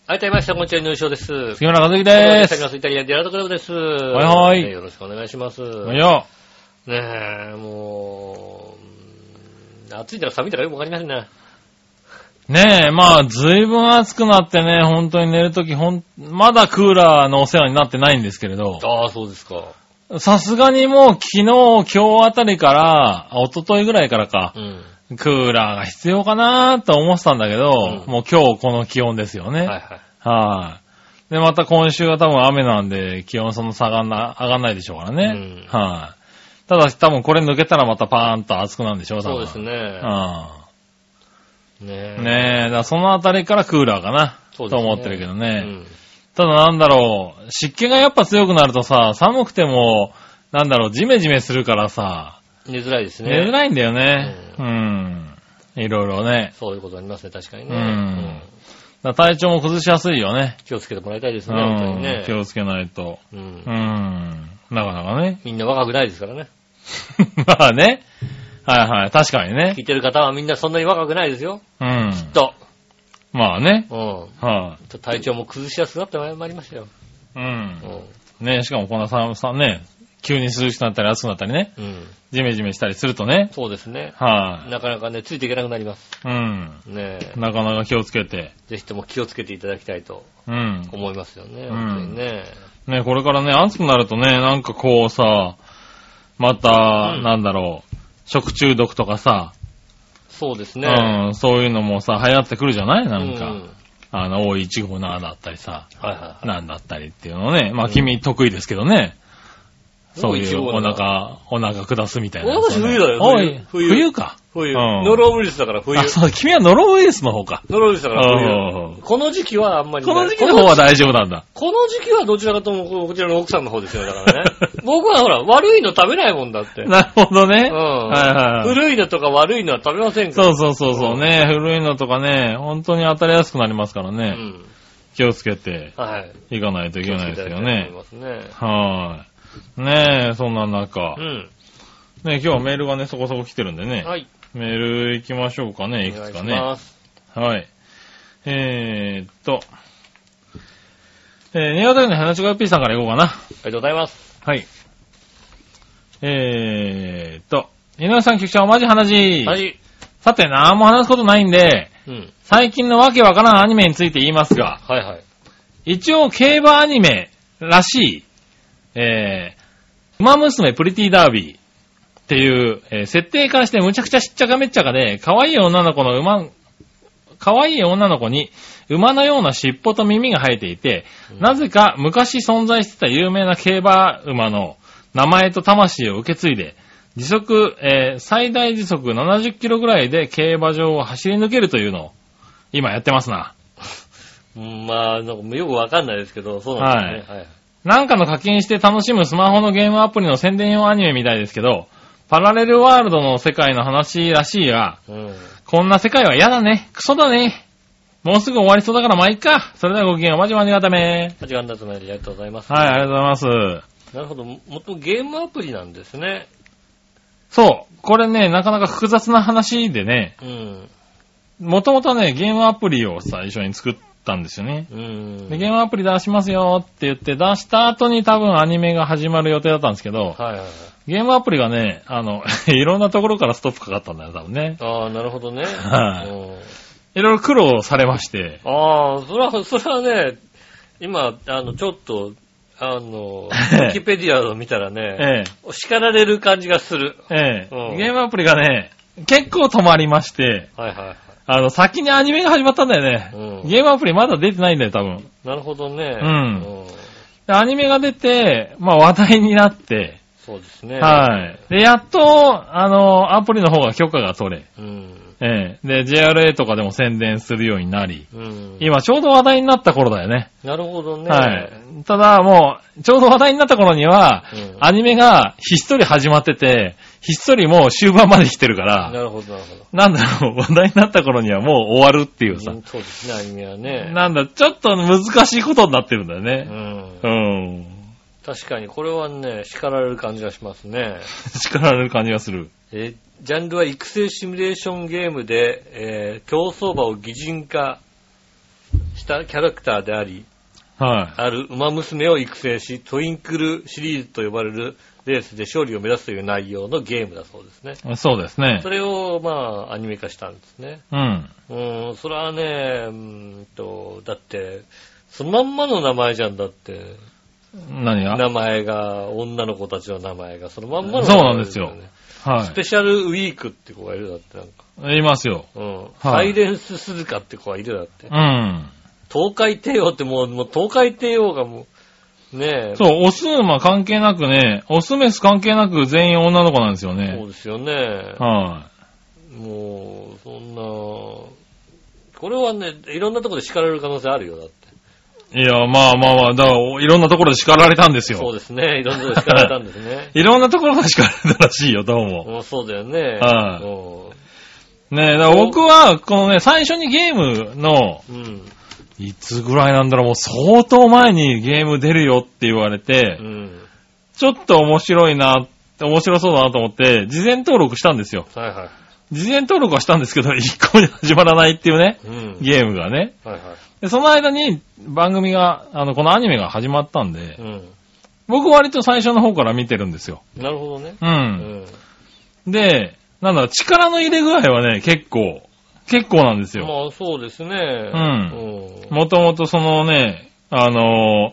はい、どうもみなさんこんにちは、井上翔です。
い。杉村和樹
お願
で
いし
す。
ますイタリアンジェラートクラブです。はい
はい
よろしくお願いします。
いや、
ねえ、もううん、暑いだか寒いだかよくわかりませんね。
ねえ、まあ、ずいぶん暑くなってね、本当に寝るとき、ほん、まだクーラーのお世話になってないんですけれど、
ああ、そうですか。
さすがにもう昨日、今日あたりから、あ一昨日ぐらいからか
う、ん。
クーラーが必要かなと思ってたんだけど、
うん
もう今日この気温ですよね。
はい
はい。
はい。
で、また今週は多分雨なんで、気温そんな下がんな、上がんないでしょうからね。
うん
はい。ただし多分これ抜けたらまたパーンと暑くなるんでしょ多
そう
分
です。ね。
うん。
ねえ。
ねえ、だからそのあたりからクーラーかな、
そうで
と
すね
思ってるけど
う
ね。
ん。
ただなんだろう、湿気がやっぱ強くなるとさ、寒くても、なんだろう、ジメジメするからさ、
寝づらいですね。
寝づらいんだよね。
う
うん。いろいろね。
そういうことありますね、確かにね。
うんだから体調も崩しやすいよね。
気をつけてもらいたいです
う
ね、本当に
ん
ね。。
気をつけないと。
う。。
うんん。なかなかね *laughs*
みんな若くないですからね。
まあね。はいはい。確かにね
聞。いてる方はみんなそんなに若くないですよ。
うん。
きっと。
まあね。
うん。
は
ちょっと体調も崩しやすくなってまいりましたよ。
い、
う。
うんん。ねしかもこんな寒さね、急に涼しくなったり暑くなったりね、
うん。
ジメジメしたりするとね。
そうですね。
はい、
なかなかね、ついていけなくなります。
うん。
ねえ。
なかなか気をつけて。
ぜひとも気をつけていただきたいと
うん。
思いますよね、
うん
本当にね。
ね、これからね、暑くなるとね、なんかこうさ、また、
うん
なんだろう、食中毒とかさ、
そうですね。
うん、そういうのもさ、流行ってくるじゃないなんか、
う
あの、O157 だったりさ、
はいはいはい。
なんだったりっていうのね。まあ、
うん
君得意ですけどね。そういうお
O157
腹、お腹下すみたいな。
お腹冬だよ
おい
冬
冬
冬
か。
冬。
うん
ノロウイルスだから冬。
あ、そう、君はノロウイルスの方か。
ノロウイルスだから
おうおうお
冬。
う
この時期はあんまりね
この時期の方は大丈夫なんだ。
この時期はどちらかともここちらの奥さんの方ですよ、だ
*laughs*
からね。僕はほら、悪いの食べないもんだって。
なるほどね。
うん
はいはいはい。
古いのとか悪いのは食べませんから。
そうそうそうそうね。古いのとかね、本当に当たりやすくなりますから
う
ね。
ん。
気をつけて
はい。
いかないといけないですよね
気。をつけていただきたいと思いますね。
はーい。ねえ、そんな中。
うん。
ねえ今日はメールがね、そこそこ来てるんでね。
はい。
メール行きましょうかね、い
お
く
願
つ
い
か
し
ね。
ます。
はい。えーっと。えー、新潟県の花ちが P さんから行こうかな。
ありがとうございます。
はい。えーっと。井上さん、局長、マジ話。
はい。
さて、何も話すことないんで、
うん。
最近のわけわからんアニメについて言いますが、
はいはい。
一応競馬アニメらしい、えー、ウマ娘プリティダービーっていう、えー設定からしてむちゃくちゃしっちゃかめっちゃかで、可愛い女の子の馬、可愛い女の子に馬のような尻尾と耳が生えていて、
うん
なぜか昔存在してた有名な競馬馬の名前と魂を受け継いで、時速、えー最大時速70キロぐらいで競馬場を走り抜けるというのを、今やってますな。
うんまあ、なんかよくわかんないですけど、そうなんですね。はい。
なんかの課金して楽しむスマホのゲームアプリの宣伝用アニメみたいですけど、パラレルワールドの世界の話らしいが、
うん。
こんな世界は嫌だね、クソだね、もうすぐ終わりそうだからまあいっか。それではごきげんよう。まじまにがため。
時間だとまでありがとうございます。
はい、ありがとうございます。
なるほど。もっともゲームアプリなんですね。
そう。これね、なかなか複雑な話でね、
うん。
もともとね、ゲームアプリを最初に作ったんですよね。
うん。
で、ゲームアプリ出しますよって言って出した後に多分アニメが始まる予定だったんですけど、
はいはいはい。
ゲームアプリがね、あの、 *laughs* いろんなところからストップかかったんだよ、多分ね。
ああ、なるほどね。
はい
うん
いろいろ苦労されまして。
ああ、それは、それはね、今、あの、ちょっと、あ
*laughs*
の、ウィキペディアを見たらね、
え
叱られる感じがする。
え、え
う
え。
ん
ゲームアプリがね、結構止まりまして、
はいはいはい。
あの、先にアニメが始まったんだよね。
うん
ゲームアプリまだ出てないんだよ、多分。
なるほどね。
うん
ん
でアニメが出て、まあ話題になって、
そうですね。
はい。で、やっと、あの、アプリの方が許可が取れ、
うん。
ええ。で、JRA とかでも宣伝するようになり、
うん。
今ちょうど話題になった頃だよね。
なるほどね。
はい。ただ、もう、ちょうど話題になった頃には、
うん
アニメがひっそり始まってて、ひっそりもう終盤まで来てるから、
なるほど、なるほど。
なんだろう、話題になった頃にはもう終わるっていうさ
う、んそうですね、アニメはね。
なんだ、ちょっと難しいことになってるんだよ
う
ね。
ん
う。ん。 *laughs*
確かに、これはね、叱られる感じがしますね。
叱られる感じがする。
えージャンルは育成シミュレーションゲームで、えー競走馬を擬人化したキャラクターであり、
は
ある馬娘を育成し、トインクルシリーズと呼ばれるレースで勝利を目指すという内容のゲームだそうですね。
い。そうですね
そ。れを、まあ、アニメ化したんですね。
うん。
うん、それはね、うーんと、だって、そのまんまの名前じゃんだって、
何が
名前が、女の子たちの名前が、そのまんまの名前
そうなんですよ
ねス
は
ペシャルウィークって子がいるだって、なんか。
い。いますよ。
うん。
は
サ
い
イレンス鈴鹿って子がいるだって
う。ん。
東海帝王ってもう、もう東海帝王がもう、ねえ。
そう、オス馬関係なくね、オスメス関係なく全員女の子なんですよ
そ
ね
う。ですよね。
は
もう、そんな、これはね、いろんなところで叱られる可能性あるよ、だって。
い。いや、まあまあまあ、だから、おいろんなところで叱られたんですよ。
そうですね。いろんなところで叱られたんですね。
*laughs* いろんなところが叱られたらしいよ、どうも。
うん、そうだよね。
はい
い。
ねえ、だから僕は、このね、最初にゲームの、
うん。
いつぐらいなんだろう、もう相当前にゲーム出るよって言われて、
うん。
ちょっと面白いな、面白そうだなと思って、事前登録したんですよ。
はいは
事前登録はしたんですけど、一向に始まらないっていうね、
い。うん。
ゲームがね。
はいは
で、その間に番組が、あの、このアニメが始まったんで
い。う、ん。
僕割と最初の方から見てるんですよ。
なるほどね。
う。
うんん。
で、なんだろう、力の入れ具合はね、結構、結構なんですよ。
まあ、そうですね。
ん
うん。
もともとそのね、あのー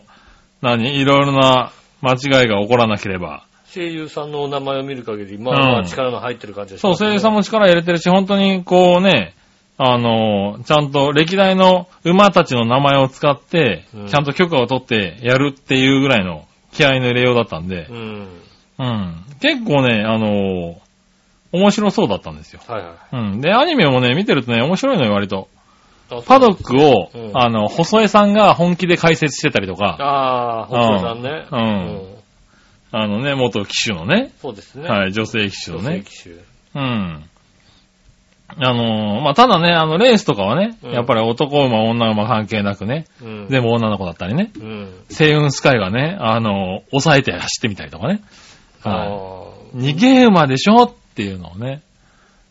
何、いろいろな間違いが起こらなければ。
声優さんのお名前を見る限り、まあま
う
あ
ん
力の入ってる感じがし
そ
ま
う、
す
声
ね
優さんも力入れてるし、本当にこうね、あのーちゃんと歴代の馬たちの名前を使って、
うん
ちゃんと許可を取ってやるっていうぐらいの気合の入れようだったんで
う、ん。
うん。結構ね、あのー面白そうだったんですよ。
はいはい。
うん。で、アニメもね、見てるとね、面白いのよ、割と。
あ
パドックを、
うん
あの、細江さんが本気で解説してたりとか、
ああ、細田さんね。
うんあのね、元機種のね、
そうですね。。
はいい、女性騎手のね。
機種。
うん。あのーまあ、ただね、あの、レースとかはね、
うん
やっぱり男馬、女馬関係なくね、
うん。
全部女の子だったりね、
うん。
星雲スカイがね、あのー抑えて走ってみたりとかね、は
あ
い。逃げ馬でしょっていうのをね、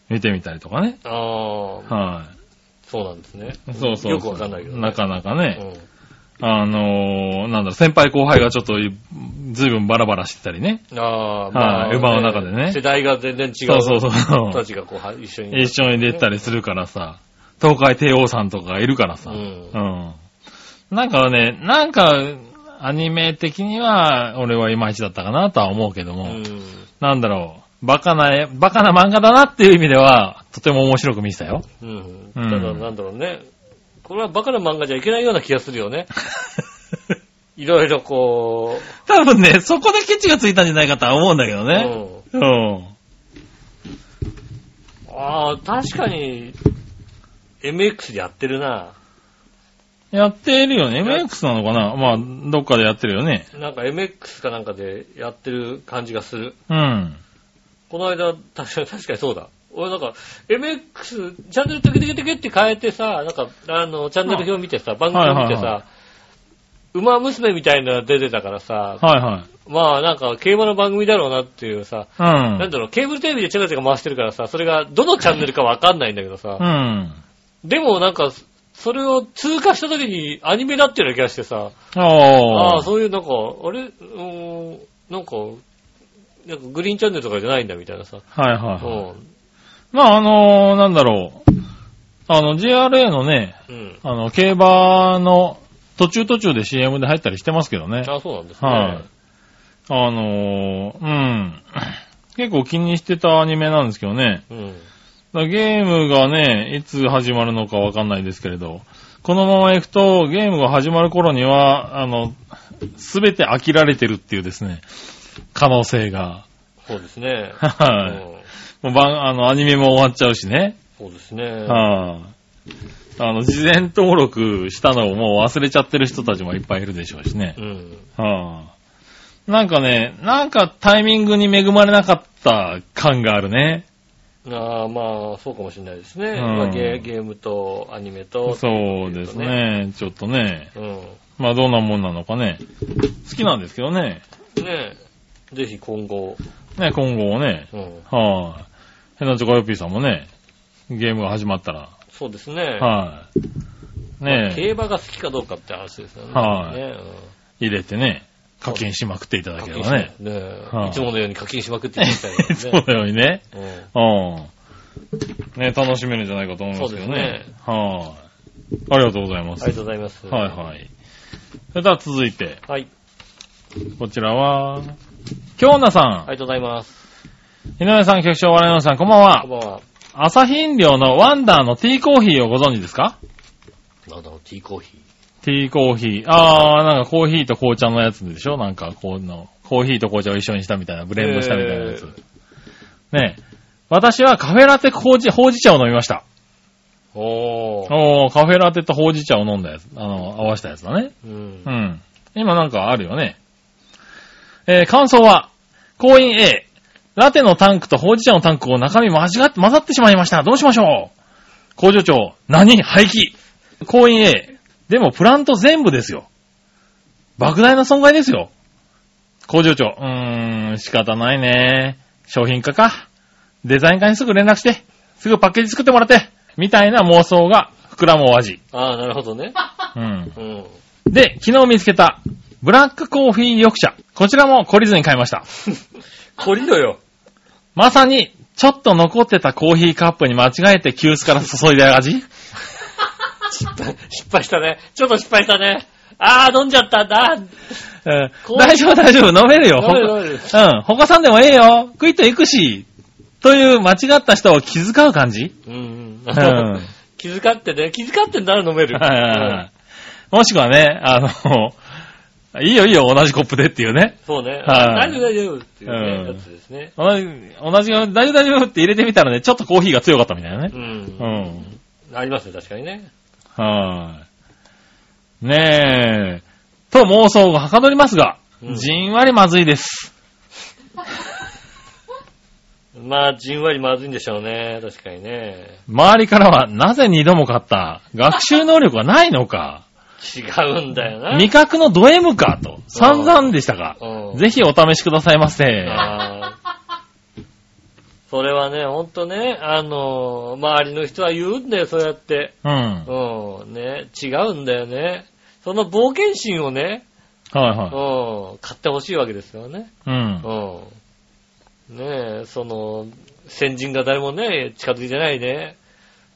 見てみたりとかね、
あ。ああ。
は
そうなんですね。
い。そうそうそう
よくわかんないけどね。
なかなかね、
うん。
あのーなんだろう、先輩後輩がちょっと、ずいぶんバラバラしてたりね、
ああ、
はい馬の中でね
世代が全然違
そう
う
そうそう
人たちがこうは一緒に。
一緒に出たりするからさ、東海帝王さんとかがいるからさ、
うん
うんなんかね、なんか、アニメ的には、俺はいまいちだったかなとは思うけど
う
も、
ん。
なんだろう、バカな、バカな漫画だなっていう意味では、とても面白く見せた
*laughs*
よ。
うん。
う
た
ん
だなんだろうね。これはバカな漫画じゃいけないような気がするよね。いろいろこ
多分ね、そこでケチがついたんじゃないかとは思うんだけど
う。
ね。うん。
うん。ああ、確かに、MX でやってるな。
やってるよね。MX なのかなまあ、どっかでやってるよね。
なんか MX かなんかでやってる感じがする。
うん。
この間、確かに確かにそうだ。俺なんか、MX、チャンネルテケテケテケって変えてさ、なんか、あの、チャンネル表見てさ、番組見て
はいはいは
さ、馬娘みたいなのが出てたからさ、
はいはい。
まあなんか、競馬の番組だろうなっていうさ、
うん。
なんだろう、ケーブルテレビでチャカチャカ回してるからさ、それがどのチャンネルかわかんないんだけどさ、
うん。
でもなんか、それを通過した時にアニメだっていうような気がしてさ、あ
あ
あ、そういうなんか、あれ、うーん、なんか、なんかグリーンチャンネルとかじゃないんだみたいなさ、
はいはいうはい。
ん、
まあ、あのーなんだろう。あの、JRA のね、
うん。
あの、競馬の途中途中で CM で入ったりしてますけどね。
あそうなんですね。
はいあのーうん。結構気にしてたアニメなんですけどね。
うん。
だからゲームがね、いつ始まるのかわかんないですけれど、このまま行くと、ゲームが始まる頃には、あの、すべて飽きられてるっていうですね、可能性が。
そうですね。
はい
うん
もう番、あの、アニメも終わっちゃうしね。
そうですね。
はいあの、事前登録したのをもう忘れちゃってる人たちもいっぱいいるでしょうしね
う。ん。
はいなんかね、なんかタイミングに恵まれなかった感があるね。
ああまあ、そうかもしれないですね。
ん
まあゲゲームとアニメと。
そうですね。ちょっとね。
うん。
まあどんなもんなのかね。好きなんですけどね。
ねえ。ぜひ今後。
ね、今後をね。
うん。
はい、ヘナチョコヨッピーさんもね、ゲームが始まったら。
そうですね。
はい、ね
競馬が好きかどうかって話ですよね。
はい
ね
入れてね、課金しまくっていた
え
だ
課
け
金
れ
し
ば
ね
ね。。
ね
は
え。
い
いつものように課金しまくっていきたいです
*laughs* そう
ね。
のようにね。
うん
うん。ね、楽しめるんじゃないかと思いますけど
そうで
ね
す。
はい、あ。りがとうございま
あ
す。
りがとうございます。
はいはい。それでは続いて、
はい。
こちらは、京奈さん、
ありがとうございます。
井上さん、局長、笑いのさん、こんばん
こ
は
ん。ばんは。
朝日飲料のワンダーのティーコーヒーをご存知ですか
なんだろう、ティーコーヒ
ティーコーヒー。あー、なんかコーヒーと紅茶のやつでしょなんか、こうの、コーヒーと紅茶を一緒にしたみたいな、ブレンドしたみたいなやつ。ねえ私はカフェラテほうじほうじ茶を飲みました。
ー。おー。
おー、カフェラテとほうじ茶を飲んだやつ。あの、合わせたやつだね。
うん
う。ん。今なんかあるよね。えー感想は、行員 A、ラテのタンクとほうじ茶のタンクを中身間違って混ざってしまいました。どうしましょう工場長、何廃棄行員 A、でもプラント全部ですよ。莫大な損害ですよ。工場長、うーん、仕方ないね。商品化か。デザイン化にすぐ連絡して、すぐパッケージ作ってもらって、みたいな妄想が膨らむお味。
ああ、なるほどね。
うん。
うん。
で、昨日見つけた、ブラックコーヒー緑茶。こちらも懲りずに買いました。
懲りろよ。
まさに、ちょっと残ってたコーヒーカップに間違えて急須から注いだ味
*laughs* 失敗したね。ちょっと失敗したね。ああ、飲んじゃったんだ。
うん
コーヒー
大丈夫大丈夫、飲めるよ。
飲める飲める
他うん、他さんでもええよ。クイッと行くし。という間違った人を気遣う感じ
うん
うん。は。
*laughs* 気遣ってね。気遣ってんだら飲め
い
る。
はいはいもしくはね、あの、いいよいいよ、同じコップでっていうね。
そうね。
は
大
い
丈夫大丈夫っていう
うん
ね、やつですね。
同じ、同じ、大丈夫大丈夫って入れてみたらね、ちょっとコーヒーが強かったみたいなね
う。。
うんん。
ありますね、確かにね。
はい。ねえ。と妄想がはかどりますが、
うん
じんわりまずいです。
まあ、じんわりまずいんでしょうね。確かにね。
周りからは、なぜ二度も買った学習能力がない
*laughs*
のか
違うんだよな。
味覚のド M かと、散々でしたが、
うん
ぜひお試しくださいませ。
あー *laughs* それはね、ほんとね、あのー、周りの人は言うんだよ、そうやって。
うん。はい
うん、ね、違うんだよね。その冒険心をね、
は
うん、買ってほしいわけですよね。
い。うん。
うん。ねえ、その、先人が誰もね、近づいてないね、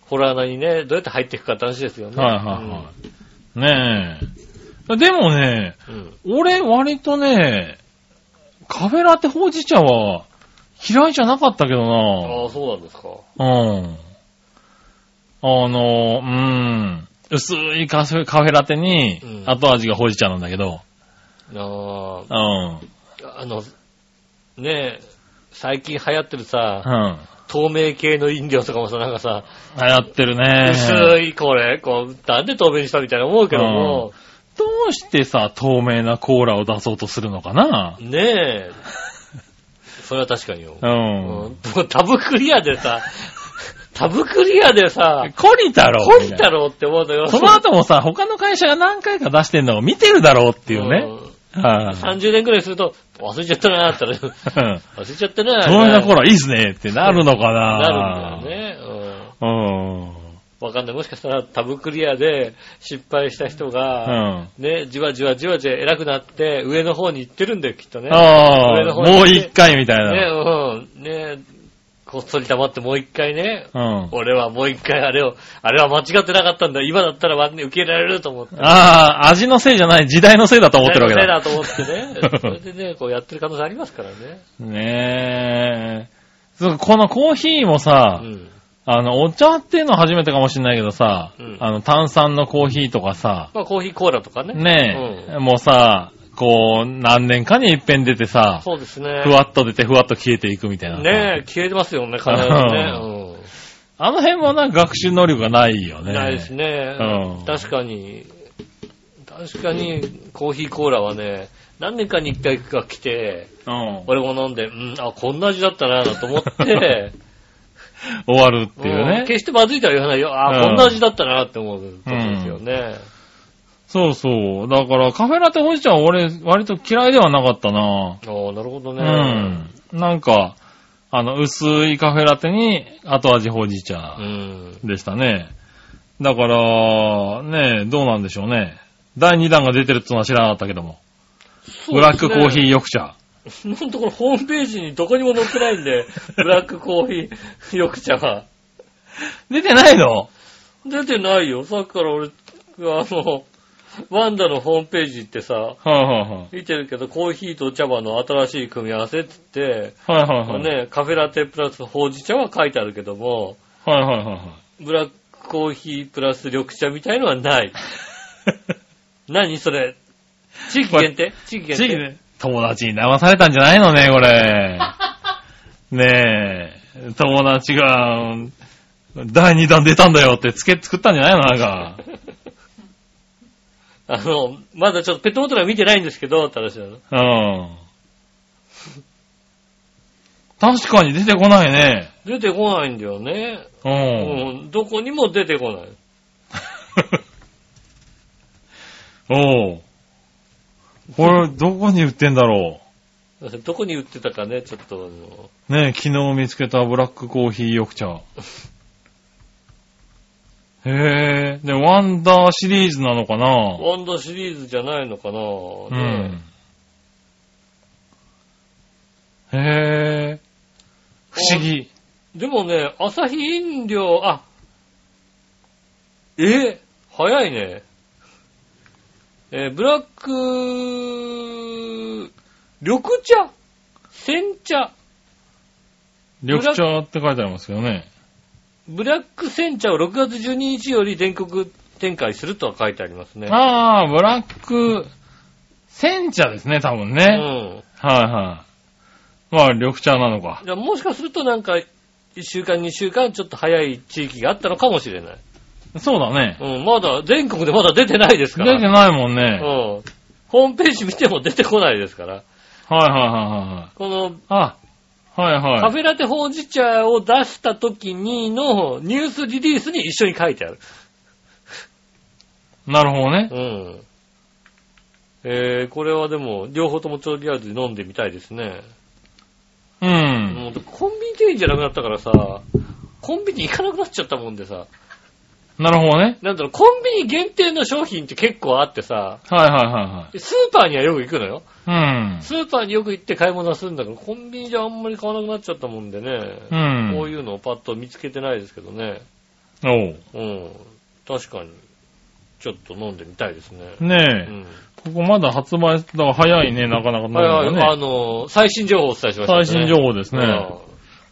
ホラー穴にね、どうやって入っていくかって話ですよね。
はいはいはい。ねえ。でもね、
うん。うん
俺割とね、カフェラテほうじ茶は嫌いじゃなかったけどな
ああ、そうなんですか。
うん。あの、うん。薄いカフェカフェラテに
うん、
後味がほうじ茶なんだけど、
あ
うん。うん。
あ、あの、ねえ、最近流行ってるさ、
流
透明系の飲料とかもさ、なんかさ、
行ってるね。
薄いこれ、こう、なんで透明にしたみたいな思うけども、
どうしてさ、透明なコーラを出そうとするのかな
ねえ、それは確かによ。
う
うん
ん。
タブクリアで
*laughs*
さ、タブクリアでさ、
コリ太郎。
こいたろうって思うのよ。
その後もさ、他の会社が何回か出してんのを見てるだろうっていうね。
ん
はい。
30年くらいすると、忘れちゃったなーって言ったら、
*laughs* うん
忘れちゃったなー
その間ほら、いいっすねってなるのか
なる
な
んだよね。
うん。
うん。わかんない。もしかしたらタブクリアで失敗した人
う
が、
ん。
ね、じわじわじわじわ偉くなって、上の方に行ってるんだよ、きっとね。
あ
上の
あ、
方に
もう一回みたい
ね、
な。
うん。ね、こっそり黙ってもう一回ね、
うん。
俺はもう一回あれを、あれは間違ってなかったんだ。今だったら受け入れられると思って。
ああ、味のせいじゃない、時代のせいだと思ってるわけ
誰
だ。
のせいだ
*laughs*
と思ってね。それでね、こうやってる可能性ありますからね。
ねえ。そうこのコーヒーも
う
さ、
ん。
あの、お茶っていうの初めてかもしれないけどさ、
うん
あの、炭酸のコーヒーとかさ、
まあコーヒーコーラとかね。
ねえ、
うん
もうさ、こう、何年かに一遍出てさ、
そうですね。
ふわっと出てふわっと消えていくみたいなさ。
ねえ、消えてますよね、必ずね。うん
あの辺もなんか学習能力がないよね。
ないですね、
うん
確かに、確かにコーヒーコーラはね、何年かに一回が来て、
うん。
俺も飲んで、うん、あ、こんな味だったな、と思
*laughs*
って、
終わるっていう
うん
ね。
決してまずいとは言わないよ。あ、
うん
こんな味だったなって思う時ですよね。
そうそう。だからカフェラテおじちゃんは俺割と嫌いではなかったな。
ああ、なるほど
う
ね。
ん。なんか、あの、薄いカフェラテに後味ほうじ茶
うん。
でしたね。だから、ねどうなんでしょうね。第2弾が出てるってのは知らなかったけども。ブラックコーヒー
ー。
緑茶。
今のところホームページにどこにも載ってないん
*laughs*
で、ブラックコーヒー、緑茶は。
出てないの
出てないよ。さっきから俺、あの、ワンダのホームページ行ってさ、
はいはいはい。
見てるけど、コーヒーと茶葉の新しい組み合わせって言って、
はいはいはい。
ね、カフェラテプラスほうじ茶は書いてあるけども、
はいはいはいはい。
ブラックコーヒープラス緑茶みたいのはない。何それ地域限定地
*laughs*
域限定
地域で友達に騙されたんじゃないのね、こ *laughs* れ。ねえ、友達が、第2弾出たんだよってつけ作ったんじゃないのなんか。
*laughs* あの、まだちょっとペットボトルは見てないんですけど、って話なの。
うん。確かに出てこないね。
出てこないんだよね。
う。
うんん、どこにも出てこない。
*laughs* おう。これ、どこに売ってんだろ
どこに売ってたかね、ちょっとあの、
う。ねえ、昨日見つけたブラックコーヒー緑茶。へえ、で、ワンダーシリーズなのかな
ワンダシリーズじゃないのかな、ね
うん。へぇー。不思議。
でもね、朝日飲料、あ、え早いね。えーブラック、緑茶煎茶
緑茶って書いてありますけどね。
ブラック煎茶を6月12日より全国展開するとは書いてありますね。
ああ、ブラック、煎茶ですね、多分
う
ね。
ん。
はいはい。まあ、緑茶なのか。
いやもしかするとなんか、1週間、2週間、ちょっと早い地域があったのかもしれない。
そうだね。
うん、まだ、全国でまだ出てないです
出
か
て
ら。
ないもんね。
うん。ホームページ見ても出てこないですから。
はいはいはいはいはい。
この、
あ、はい
カ
は
フェラテほうじ茶を出した時にのニュースリリースに一緒に書いてある。
い。なるほどね。
うん。えー、これはでも、両方ともとりあえず飲んでみたいですね。
うん。
もうコンビニ店員じゃなくなったからさ、コンビニ行かなくなっちゃったもんでさ、
なるほどね。
なんだろう、コンビニ限定の商品って結構あってさ、
はいはいは
スーパーにはよく行くのよ。
いはい。
スーパーによく行って買い物はするんだけど、コンビニじゃあんまり買わなくなっちゃったもんでね、
うん。うん。
こういうのをパッと見つけてないですけどね、
おう。
うん、確かに、ちょっと飲んでみたいですね。
ね
う
え。
ん。
ここまだ発売、だから早いね、なかなか
はいはい、
ね。
あの、最新情報をお伝えしました、ね。
最新情報ですね。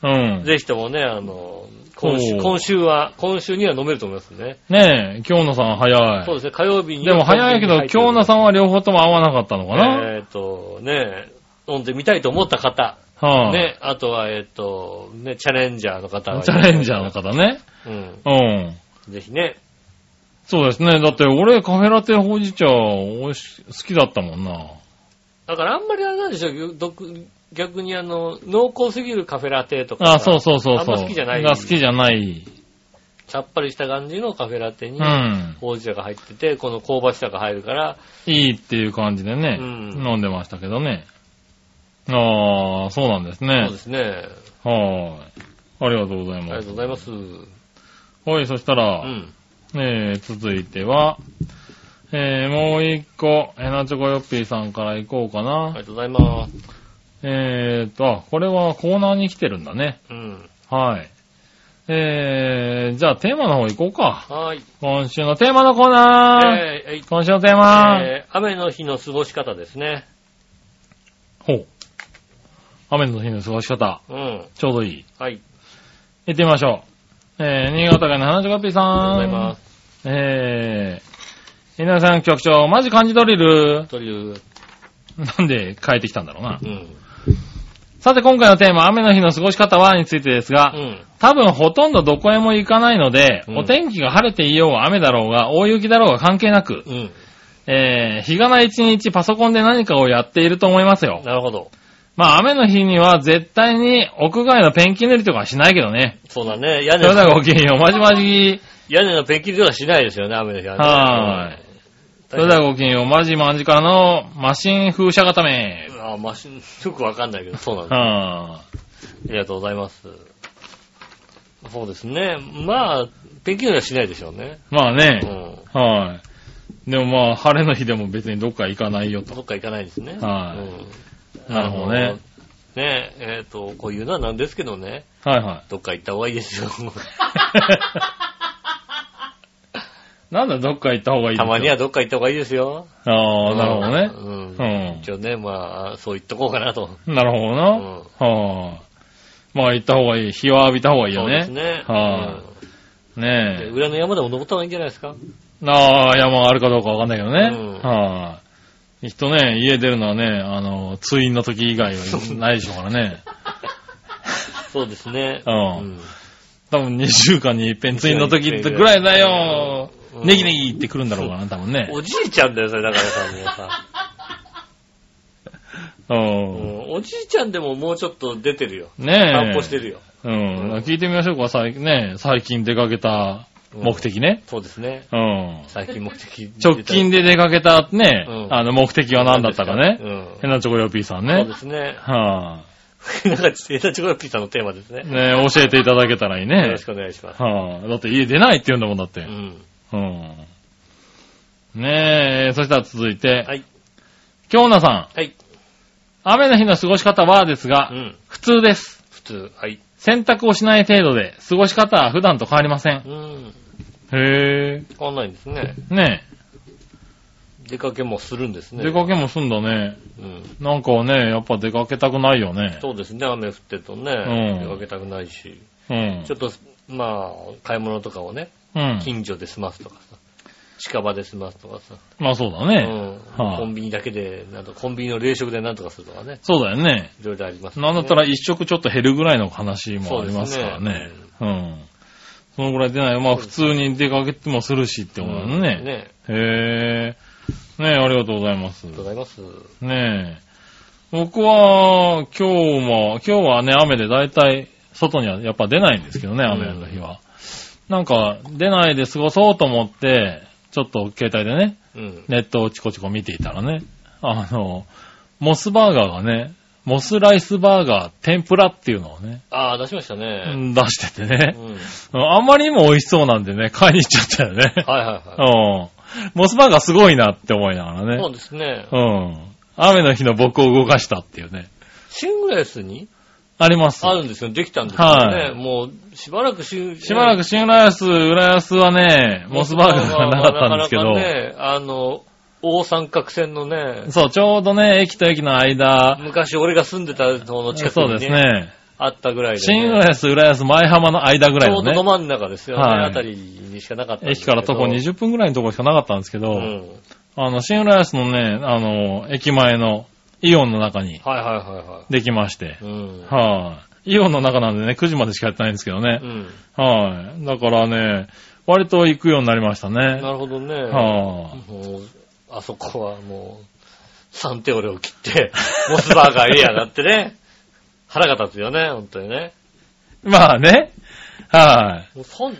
うん
うん。。ぜひともね、あの、今週
おう
今週は、今週には飲めると思いますね。
ねえ、京野さん早
そう
い。
ですね、火曜日に。
でも早いけど、京野さ
ん
んは両方とも合わなかったのかな
えっ、と、ね、飲んでみたいと思った方、
はい。
ね、あとは、えっ、と、ね、チャレンジャーの方が
チャレンジャーの。方ね。
うん。
うん。
ぜひね。
そうですね。だって俺カフェラテほうじ茶おいし好きだったもんな。
だからあんまりあれなんでしょう、独逆にあの、濃厚すぎるカフェラテとかさ。
あ、そうそうそうそ
あ
う。
んま好きじゃない。
が好きじゃない。
さっぱりした感じのカフェラテ
う
に、
ん。
ほうじ茶が入ってて、この香ばしさが入るから、
いいっていう感じでね、
うん
飲んでましたけどね。ああ、そうなんですね
そうで。すね。
はーい。ありがとうござい
あり
ます。
がとうございます。う
はい、そしたら、
ん。
えー、続いては、えー、もう一個、ヘナチョコヨッピーさんから行こうか
あ
な。
りがとうございます。
えーと、あ、これはコーナーに来てるんだね。
うん。
はい。えー、じゃあテーマの方行こうか。
はーい。
今週のテーマのコーナー、
えーえい
今週のテーマ
えー雨の日の過ごし方ですね。
ほう。雨の日の過ごし方。
うん。
ちょうどいい。
はい。
行ってみましょう。えー、新潟県の花女カピーさん。
ありがとうございます。
えー、皆さん局長、マジ漢字ドリル。
という、
なんで変えてきたんだろうな。
うん。
さて今回のテーマ、雨の日の過ごし方はについてですが、
うん。
多分ほとんどどこへも行かないので、
うん
お天気が晴れていようが雨だろうが、大雪だろうが関係なく、
うん。
えー、日がな一日パソコンで何かをやっていると思いますよ。
なるほど。
まあ雨の日には絶対に屋外のペンキ塗りとかはしないけどね。
そうだね。屋
それ
根
では
の、
ごきげんよう。まじまじ。
屋根のペンキとかしないですよね、雨の日はね。
はーい。それではごきげんよう。まじまじからのマシン風車固め。
ああ、マシン、よくわかんないけど、そうなんだ。あ
は
りがとうございます。そうですね。まあ、ペンキ塗りはしないでしょうね。
ーまあ
う
ね。
ん。
はい。でもまあ晴れの日でも別にどっか行かないよと。
どっか行かないですね。
はい
うん。
なるほどね
あの。ねえ、えっ、と、こういうのはなんですけどね、
はいはい。
どっか行った方がいいですよ。
なんだ、どっか行った方がいいです
た
よ
まには。どっか行った方がいいですよ。
ああ、なるほどね。
ほ
う
うん。一応ね、まあ、そう言っとこうかなと。
ん。なるほど
う
な。
ん。
はあ。まあ、行った方がいい。日は浴びた方がいい
そ
よ
うです
ね。
ね。
は
うんで
ね
裏の山でも登った方がいいんじゃないですか。
え。ああ、山あるかどうかわかんないけど
うん
ね。はい。きっとね、家出るのはね、あの、通院の時以外はないでしょうか
*laughs*
らね。
そうですね。
うん
ん
多分2週間に一遍通院の時ってぐらいだよ
う。ん
ネギネギって来るんだろうかな、多分ね。
おじいちゃんだよ、それ、だからさ、もうさ。
う。
うんんおじいちゃんでももうちょっと出てるよ。
ねえ。
散歩してるよ。
うん。聞いてみましょうか、最近ね、最近出かけた目的ね。
そうですね。
うん。
最近目
*laughs*
的。
直近で出かけたね、
うん
あの目的は何だったか
う
ね。
ん。
変なチョコヨッピーさん
そう
ね
で。すね。 *laughs*
は
なんか、エタチョコヨッピーさんのテーマです
あ、
ね。
ね教えていただけたらい
よ
いね
ろし。くお願いします。
はあ、だって家出ないって言うんだもんだっ
う
て。
ん。
うん。ねえ、そしたら続いて、
はい。
京奈さん、
はい。
雨の日の過ごし方はですが、
うん。
普通です。
普通。はい。
洗濯をしない程度で、過ごし方は普段と変わりません
う。ん。
へ
変わんないんですね。
え。ね
出かけもするんです
え、
ね。
出かけも済んだね。
うん。
なんかね、やっぱ出かけたくないよね。
そうですね。雨降ってるとね
う、ん
出かけたくないし。
うん
ちょ。っと、まあ、買い物とかをね、
うん。
近所で済ますとかさ、近場で済ますとかさ、
まあそうだ
う
ね。
ん。
はい
コンビニだけで、なんとコンビニの冷食でなんとかするとかね、
そうだよね。
いろいろありますね
なんだったら一食ちょっと減るぐらいの話もありますからね。うん。そのぐらい出ない。まあ普通に出かけてもするしってことだ
うん
ね。
ね。
へえ。ねえ、ありがとうございます
あり。がとうございます。
ねえ。僕は、今日も、今日はね、雨で大体、外にはやっぱ出ないんですけどね、雨の日は。なんか、出ないで過ごそうと思って、ちょっと携帯でね、
うん。
ネットをチコチコ見ていたらね、あの、モスバーガーがね、モスライスバーガー天ぷらっていうのをね、
ああ、出しました
う
ね。
ん出してて
う
ね、
ん。
あんまりにも美味しそうなんでね、買いに行っちゃったよね。
はいはいは
うん。モスバーガーすごいなって思いながら
い。そう
ね。
ですね。
うん。雨の日の僕を動かしたっていうね。
シングレスに
あります。
あるんですよ。できたんですよね。
はい
もう、しばらくし、
しばらく
し、
新浦安、浦安はね、モスバーガーがなかったんですけ
な
ど
か、なかね、あの、大三角線の
*laughs*
ね、
そう、ちょうどね、駅と駅の間、
昔俺が住んでた方の近く
そう
に
です
ね、
ね。
あったぐらいで、ね。
新浦安、浦安、前浜の間ぐらい
ちょ
の
うど
ね
ど。真ん中ですよね。
はい
あたりにしかなかったんですけ
駅か
ど
ら徒歩20分ぐらいのところしかなかったんですけど、
うん。
あの、新浦安のね、あの、駅前のイオンの中に
はいはいはいは
できまして
い。、うん。
はい、イオンの中なんでね、9時までしかやってないんですけどね
う。ん。
はい、だからね、割と行くようになりましたね。
なるほどね。
は
もう、 *laughs* あそこはもう、サンテオレを切って、モスバーガーエアだってね。腹が立つよね、本当にね。
まあね。は
もう三、だ、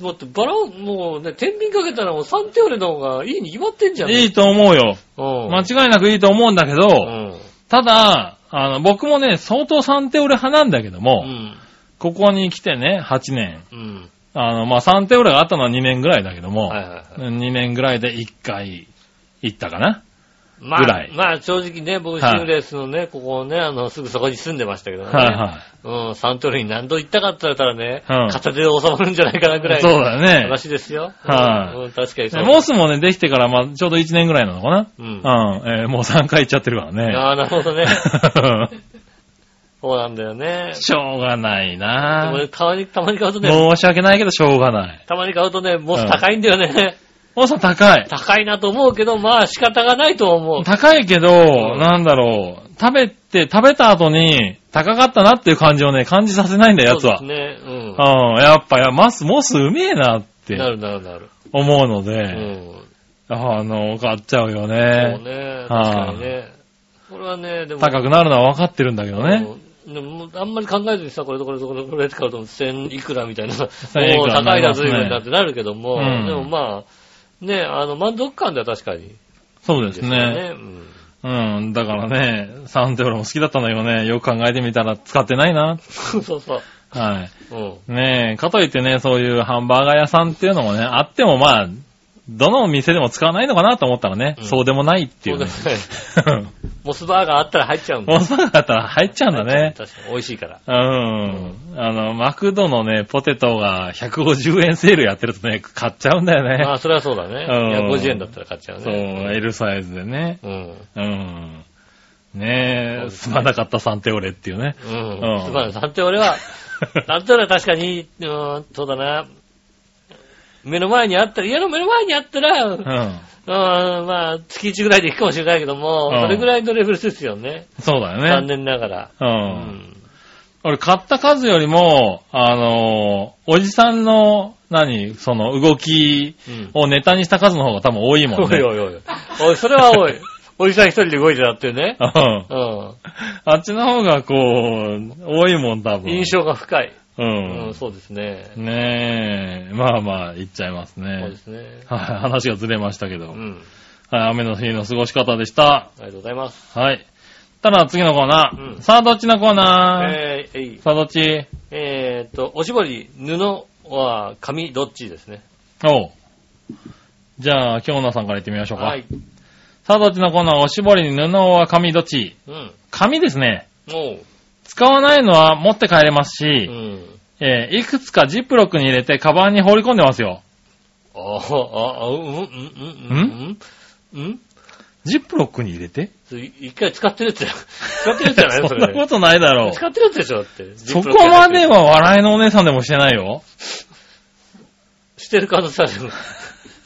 だってバラン、もうね、天秤かけたらもう3手折れの方がいいに決まってんじゃん。
い。いいと思うよ。
うん。
間違いなくいいと思うんだけ
う
ど、
ん。
ただ、あの、僕もね、相当三手俺派なんだけど
う
も、
ん。
ここに来てね、8年。
うん。
あの、まあ、三手俺があったのは2年ぐらいだけども、
はいはいはい。
2年ぐらいで1回行ったかな。
ま
ぐ
あ
らい、
まあ正直ね、僕シングレースのね、ここね、あの、すぐそこに住んでましたけどね。
はいはい。
うん、サントリーに何度行ったかって言ったらね、
うん
片手で収まるんじゃないかなぐらい
そう
の
だよね。
話ですよ。
はい
うんうん、確かにそう。
モスもね、できてから、まあ、ちょうど1年ぐらいなのかな。
うん。
うん。えーもう3回行っちゃってるからね。
ああ、なるほ
*laughs*
どね。そうなんだよね。
しょうがない
で
な
もねたまに、たまに買うとね、
申し訳ないけど、しょうがない。
たまに買うとね、モス高いんだよね。 *laughs*
モスは高い。
高いなと思うけど、まあ仕方がないと思う。
高いけど、
ん
なんだろう。食べて、食べた後に、高かったなっていう感じをね、感じさせないんだよ、やつは。
そううですね。うん。
ん。やっぱ、いやマス、モスうめえな
な
って
るなるなる。
思うの
う
で、
ん。
あの、買っちゃうよ
そう
ね。
ね。確
はあ
かにね。これはね、でも。
高くなるのは分かってるんだけどね。
うん。でも、あんまり考えずにさ、これとこれとこれとこれって買うと、1000いくらみたいな、もう
いくらに
高
ないりま
な、
す
随
ね
分だってなるけども、
うん
でもまあ、ね、あの、満足感では確かにいい
そうで
ですすよ
ね。
ね。うん *laughs*
うん、だからね、サンテオラも好きだったんだけどね、よく考えてみたら使ってないな。
そうそうそう。
は
うん。
い。ねえ、かといってね、そういうハンバーガー屋さんっていうのもね、あってもまあ、どの店でも使わないのかなと思ったらね、
うん
そうでもないって
そ
い
う
う
で
ね。
すね。モスバーガーあったら入っちゃうんだ。
大阪だったら入っちゃうんだね。
確かに、美味しいから。
うん。あの、マクドのね、ポテトが150円セールやってるとね、買っちゃうんだよ
ま
ね。
あ、それはそうだね。
うん
150円だったら買っちゃう
そう、
ね。
L サイズでね。
そう。うん。
うん。ね
そう
え、
です
す
ね
まなかったサンテオレっていう
*laughs*
ね。
うん。
うん
まあ、なんて俺
*laughs*
は、なんて俺は確かに、うん、そうだな。目の前にあったら、家の目の前にあったら、うん、
うん。
まあ、月1ぐらいで行くかもしれないけども、
うん
それぐらいのレベルですよね。
そうだよね。
残念ながら。
う。。
うん
俺、買った数よりも、あのーおじさんの、何、その、動き
うん。
をネタにした数の方が多分多いもん
お
ね。
いおいおい。おい、それはおい。おじさん一人で動いてたっていうね。
うん
うん。
あっちの方が、こう、多いもん、多分。
印。象が深い。
う
うんん、。そうですね。
ねえ、まあまあ、言っちゃいます
そう
ね
で。すね。
はい、話がずれましたけど。
う
はい、
ん。
雨の日の過ごし方でした。
ありがとうございます。
はい。ただ、次のコーナー。
うん
さあ、どっちのコーナー、
えー、えい。
さあ、どっち
えーっと、おしぼり、布は紙、どっちですね。
おう。じゃあ、京奈さんから言ってみましょうか。
はい。
さあ、どっちのコーナーおしぼりに布は紙どっち
うん。
紙ですね。
もう、
使わないのは持って帰れます
う
し、
ん。
えーいくつかジップロックに入れて、カバンに放り込んでますよ。
ああ、ああ、うん、うん、うん、うん、うん。
ジップロックに入れて
それ一回使ってるやつだよ。使ってるやつじゃない *laughs* そ
そんなこ
れ。
とないだろう。
使ってるやつでしょだって。
そこまで
は。
は笑いのお姉さんでもしてないよ。
してる可能性ある。し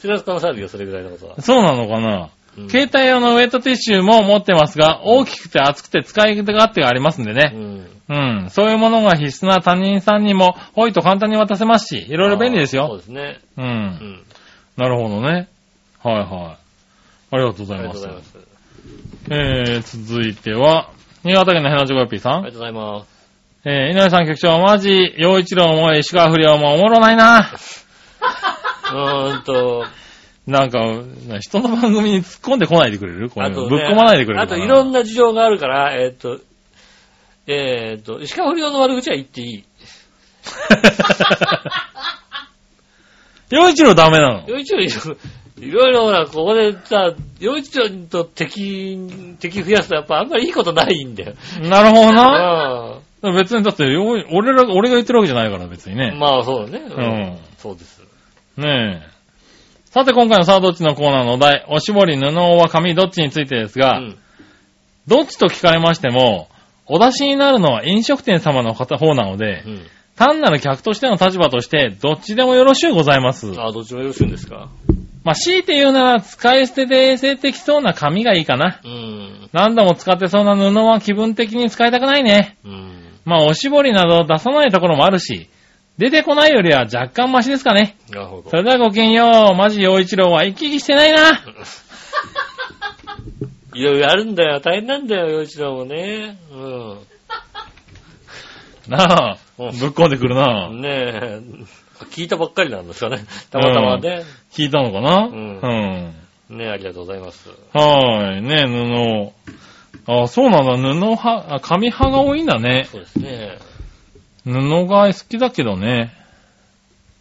てる可能性あるよ、それぐらいのことは。
そうなのかな、
うん
携帯用のウェットティッシュも持ってますが、大きくて厚くて使い勝手がありますんでね。
うん。
うん。そういうものが必須な他人さんにも、ほいと簡単に渡せますし、い
こ
ろいろ便利です
そう
よ。
ですね。
う。
うんん。
なるほどね。はいはい。ありがとうご
あ
ざ
り
い
がとうご
ます。
ざいます。
えー、続いては、新潟県のヘナチョコヨッピー
あ
さ
り
ん。
がとうございます。
えー、稲井さん局長、マジ、洋一郎も石川不良もおもろないな。
うーんと、
なんか、な人の番組に突っ込んでこないでくれるこれ、
あとね
ぶっ込まないでくれる
あといろん
*laughs* な。
な事情があるから、えーっと、えーっと、石川不良の悪口は言っていい。
洋一郎ダメなの。
洋一郎いろ、いろいろほら、ここでさ、洋一郎と敵、敵増やすとやっぱあんまりいいことないんだよ。
なるほどな。
あ
別に、だって、洋俺ら、俺が言ってるわけじゃないから、別に
あ
ね。
まあそうだね。
うん。
そうです。
ねえ。さて、今回のさあどっちのコーナーのお題、おしぼり、布は紙、どっちについてです
う
が、
ん。
どっちと聞かれましても、お出しになるのは飲食店様の方方なので、
うん。
単なる客としての立場として、どっちでもよろしゅうございます。
ああ、どっちもよろしいんですか
まあ、強いて言うなら、使い捨てで衛生的そうな紙がいいかな。
うん。
何度も使ってそうな布は気分的に使いたくないね。
うん。
まあ、おしぼりなど出さないところもあるし、出てこないよりは若干マシですかね。
なるほど *laughs*
そ。れではごきげんよう。マジ陽一郎は生き生きしてないな。
いろいろあるんだよ。大変なんだよ、洋一郎もね。うん。
なあ、ぶ
う
っ
ん
込んでくるな
ねえ、聞いたばっかりなんですかね。たまたまね。
聞いたのかなう
うん
ん。
ねえ、ありがとうございます。
はーい。ね布を。あ、そうなんだ。布派、あ紙派が多いんだね。
そうですね。
布が好きだけどね。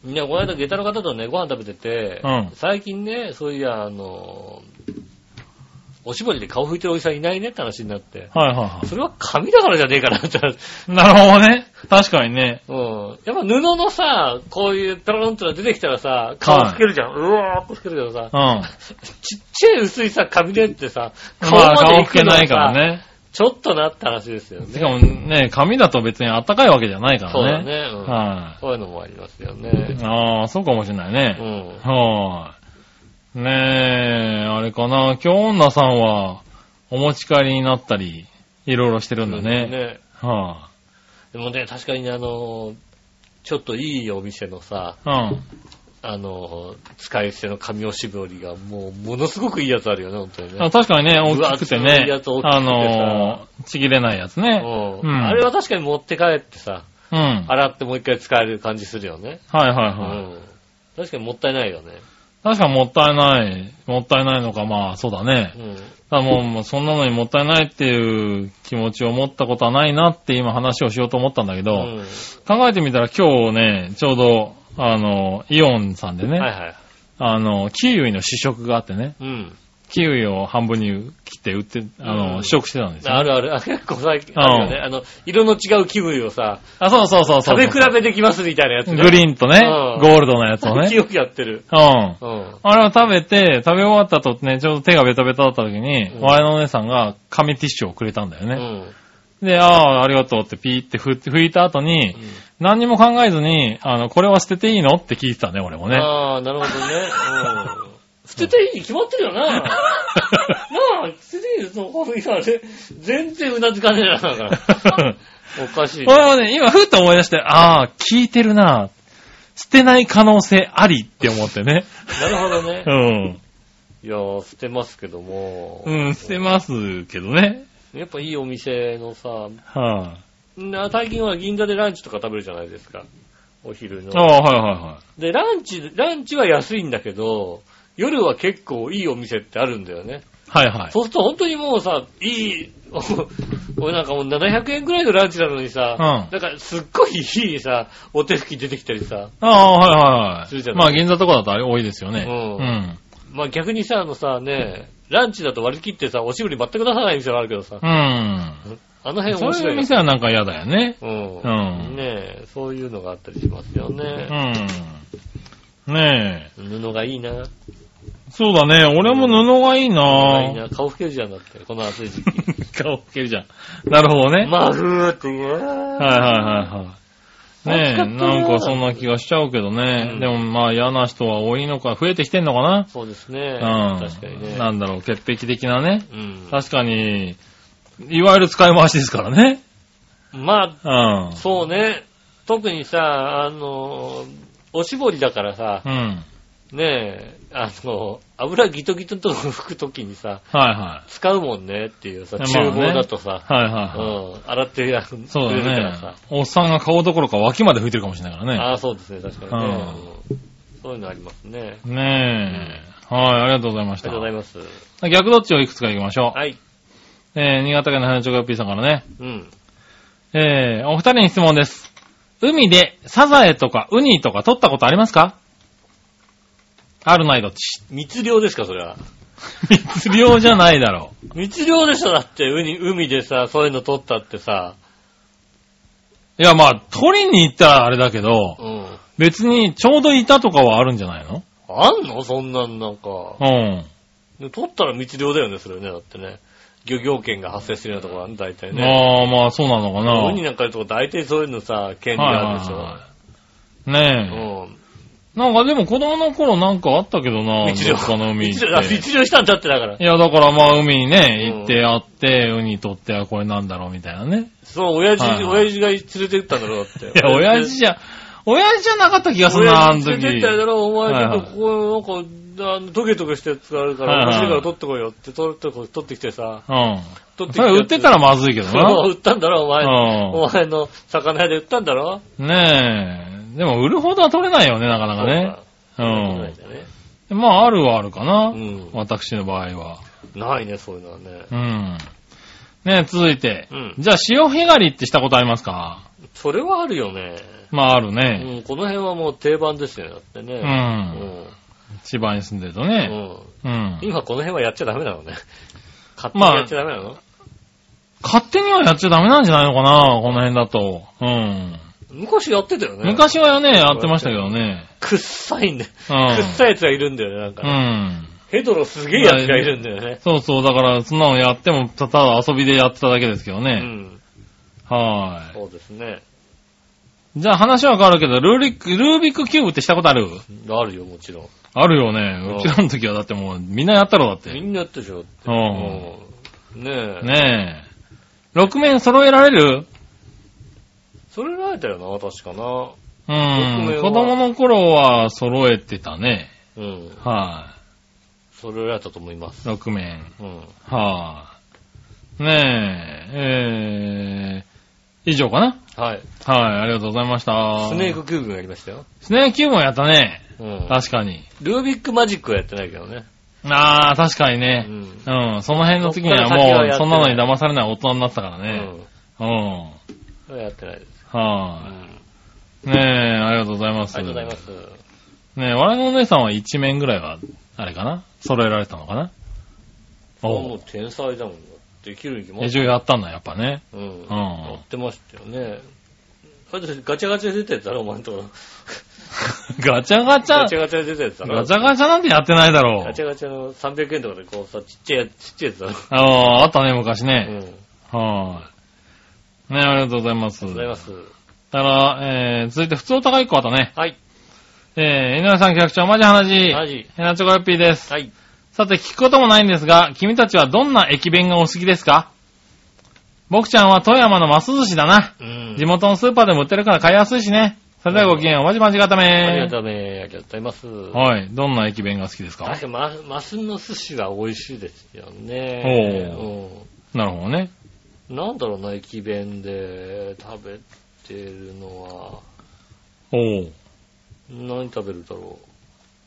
ね、この間、下駄の方とね、ご飯食べてて、
うん
最近ね、そういや、あの、おしぼりで顔拭いてるおじさんいないねって話になって、
はいはいは
それは紙だからじゃねえかなって話。
い。なるほどね。確かにね。
うん。やっぱ布のさ、こういう、トロンと出てきたらさ、顔つけるじゃん。うわーっとつけるけどさ
う、ん。
ちっちゃい薄いさ、紙でってさ、顔
ま
ま
あ、
で
顔
い
拭
く
け
の
ない
は
から
さ、
ね。
ちょっとなった話ですよね。
しかもね、紙だと別に暖かいわけじゃないか
そうだ
らね。
ね。うん
は
そういうのもありますよね
い。。ああ、そうかもしれないうね。
ん。
はーい。ねえ、あれかな。今日女さんは、お持ち帰りになったり、いろいろしてるんだね。は
でもね、確かにねあの、ちょっといいお店のさ、
い。うん。
あの、使い捨ての紙おしぼりがもう、ものすごくいいやつあるよね、本当に
あ
ね。
確かにね、大きくて
分厚
ね
いやつ大きくて。さ
あのー、ちぎれないやつね。
う。
うんん
あれは確かに持って帰ってさ、
うん。はい
洗ってもう一回使える感じするよね。
はいうはい。
ん。確かにもったいないよね。
確かもったいない。もったいないのか、まあ、そうだね
う。ん。
あもう、もうそんなのにもったいないっていう気持ちを持ったことはないなって今話をしようと思ったんだけど、
う
考えてみたら今日ね、ちょうど、あの、イオンさんでね、
ん。はいはい。
あの、キウイの試食があってね、
うん。
キウイを半分に切って売って、あの、
うん
試食してたんですよ。
あるある。あ結構最近あるよね。あの、色の違う気分をさ、
あ、そうそうそうそう
食べ比べできますみたいなやつね。
グリーンとね、
うん
ゴールドのやつ
*laughs*
をね。
よくやってる。
うん。
うん。
あれを食べて、食べ終わった後ね、ちょうど手がベタベタだった時に、
うん
我のお姉さんが紙ティッシュをくれたんだよ
う
ね。
ん。
で、ああ、ありがとうってピーって拭って拭いた後に、何にも考えずに、あの、これは捨てていいのって聞いてたね、俺もね。
ああ、なるほどね。うん。捨てていいに決まってるよ
*laughs*
な。なあ、捨てていいよ、そのコンビニはね。全然うなずかねえな、だから。
*laughs*
おかしいね。
俺もね、今ふっと思い出して、ああ、聞いてるな。捨てない可能性ありって思ってね。
なるほどね
う。ん。
いやー、捨てますけども。
うん、捨てますけどね。
やっぱいいお店のさ、
は
な最近は銀座でランチとか食べるじゃないですか。お昼
あ。あ
の。
あ、はいはいはい。
で、ランチ、ランチは安いんだけど、夜は結構いいお店ってあるんだよね。
はいはい。
そうすると本当にもうさ、いい、 *laughs* 俺なんかもう700円くらいのランチなのにさ、
うん
だからすっごいいいさ、お手拭き出てきたりさ、
ああ、はい
する
はい
じゃ
はい。
ない
まあ、銀座とかだとあれ多いですよね。
うん
うん。
まあ逆にさ、あのさね、ランチだと割り切ってさ、おしぼり全く出さない店もあるけどさ、
うん。
あの辺面
そう
白
いう
いよ。
店はなんか嫌だよね。
うん。
う
ね
ん
え、そういうのがあったりしますよ
う
ね。
ん。ねえ。
布がいいな。
そうだね。俺も布がいい
いい
なぁ。
な。顔拭けるじゃんだって、この暑い時期。
*laughs* 顔拭けるじゃん。なるほどね。
まあ、ふーってね。はい
はいはいはいはい。ねえ、
暑かった
な
よ
んかそんな気がしちゃうけどね。
うん
でもまあ嫌な人は多いのか、増えてきてんのかな。
そうですね。
うん。
確かにね。
なんだろう、潔癖的なね。
うん。
確かに、いわゆる使い回しですからね。
まあ、
うん。
そうね。特にさ、あの、おしぼりだからさ、
うん。
ねえ、あの、油ギトギトのとこ拭くときにさ、
はいは
使うもんねっていうさ、
まあね
厨房だとさ、
い。はいはいはい。
うん、洗ってやる
そうだ
くれるから
ね
さ。。
おっさんが顔どころか脇まで拭いてるかもしれないからね。
ああ、そうですね、確かにね。うんそういうのありますね。
ねえ。はい、ありがとうございま
あ
し
りが
た
とう。ございます。
逆どっちをいくつか行きましょう。
はい。
えー、新潟県の花チョコヨッピーさんからね。
うん。
えー、お二人に質問です。海でサザエとかウニとか取ったことありますかあるないどっち
密漁ですか、それは。
密漁じゃないだろ
密漁でしょ、だって、ウニ、海でさ、そういうの取ったってさ。
う。いや、まあ、取りに行ったらあれだけど、
うん。
別にちょうどいたとかはあるんじゃないの
あんのそんなんなんか
う。ん。
で取ったら密漁だよね、それね。だってね。漁業権が発生するようなところなんだ、大体ね。
まあまあ、そうなのかな。
ウニなんかいうとこ大体そういうのさ、権利があるでしょ。
はいはいはいねえ。なんかでも子供の頃なんかあったけど
うん。
な、
密漁。
どっかの海行っ
密漁あ
て。
密漁したんだってだから
い。や、だからまあ海にね、
うん
行ってあって、ウニ取って、あ、これなんだろうみたいなね。
そう、親父、
はいはい
親父が連れて行ったんだろう、だって。
いや、親父じゃ、親父じゃなかった気がするな、あ
親
の
父連
時。
れてったやだろ、お前ちょっとここ、なんか、あのトゲトゲしたやつがあるから、
はいは
面
い
白いから取ってこいよって、取ってこい、取ってきてさ、
う
取っ
ん。
てき
そ
て。
れ売ってたらまずいけ
*laughs*
ど
そう、
な。
売ったんだろ、お前の。
う
お前の魚屋で売ったんだろ
ん。ねえ。でも売るほどは取れないよね、なかなかね。
そうかそういうことないんだね
うん。まあ、あるはあるかな。
うん
私の場合は。
ないね、そういうのはね。
うん。ねえ、続いて。
うん
じゃあ、潮干狩りってしたことありますか
それはあるよね。
まあ、ある
う
ね。
ん、この辺はもう定番ですよね、だって
う。
ね。うんん。
千葉に住んでると
う
ね。
ん。
うん。
今この辺はやっちゃダメなのね。勝手にやっちゃダメなの
勝手にはやっちゃダメなんじゃないのかなこの辺だと。うん。
昔やってたよね。
昔はね、やってましたけどね。
くっさいんだよ。
う
くっ
ん。
さいやつがいるんだよね、なんか
う
ね。
ん。
ヘドロすげえやつがいるんだよね。
そうそう、だから、そんなのやっても、たただ遊びでやってただけですけど
う
ね。
ん。
はー
そうですね。
い。じゃあ話は変わるけど、ルービック、ルービックキューブってしたことある
あるよ、もちろん。
あるよね。
うん
うちらの時はだってもう、みんなやったろ、だって。
み
ね
んなやってるでしょって。
う
う
ん
んねえ。
え。6面揃えられる
それられたよな、確かな。
う
六面
ん。
は
子供の頃は揃えてたね。
うん。
は
それられたと思います。
い。6面。
うん。
はい、ねえ、えー、以上かな
はい。
はい、ありがとうございました。
スネー。クキューブがやりましたよ。
スネークキューブもやったね。
うん。
確かに。
ルービックマジックはやってないけどね。
あー、確かに
う
ね。
ん。
うん、その辺の時には
そっから先はや
も
っ
う、
て
そんなのに騙されない大人になってたから
う
ね。
ん。
うん。
それはやってないです。うん。
は
あ
い、ねえ、ありがとうございま
り
す。
がとうございます。
ねえ、我のお姉さんは一面ぐらいは、あれかな揃えられたのかな
あも
お
う天才だもん。できるに決ま
え、
っ
一応やったんだ、やっぱね。 *laughs*
うん。
ん
やってましたよね。あとガチャガチャで出てたろ、お前んとこ。
ガチャガチャ
ガチャガチャで出てたろ。
ガチャガチャなんてやってないだろう。
ガチャガチャの300円とかでこうさ、ちっちゃいやつ、ちっちゃいやつだろ。
ああ、あったね、昔
う
ね。
ん。あり
はい。ね、ありがとうございます。
がとうございます。
たら、えー、続いて、普通お高い子あったね。
はい。
えー、井上さん局長、マジ話。
マ
へ
ジ。
なちょこよっぴーです。
はい。
さて、聞くこともないんですが、君たちはどんな駅弁がお好きですか僕ちゃんは富山のマス寿司だな。
うん
地元のスーパーでも売ってるから買いやすいしね。それではごきげんよう、マジマジ固
ありが
め。
とうね。ありがとうございます。
はい。どんな駅弁が好きですか
確かママスの寿司は美味しいですよね。
なるほどね。
うんなんだろうな、駅弁で食べてるのは、
おー。
何食べるだろ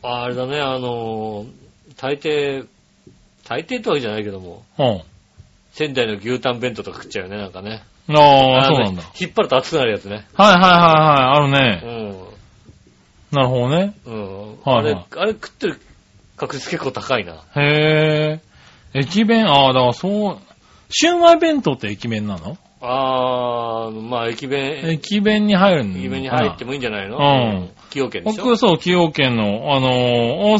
う。ああれだね、あの、大抵、大抵ってわけじゃないけども、
うん。
仙台の牛タン弁当とか食っちゃうよね、なんかね。
ああ、
の
そうなんだ。。
引っ張ると熱くなるやつね。
はいはいはいはい、ある
うん。
ね。なるほどね。
うん。あ
はいはい
れ、あれ食ってる確率結構高いな。
へえ。駅弁、ああ、だからそう、シューマイ弁当って駅弁なの
あー、まあ駅弁、
駅弁に入るんだ。
駅弁に入ってもいいんじゃないの
うん。
崎陽軒でしょ
僕、そう、崎陽軒の、あのー、大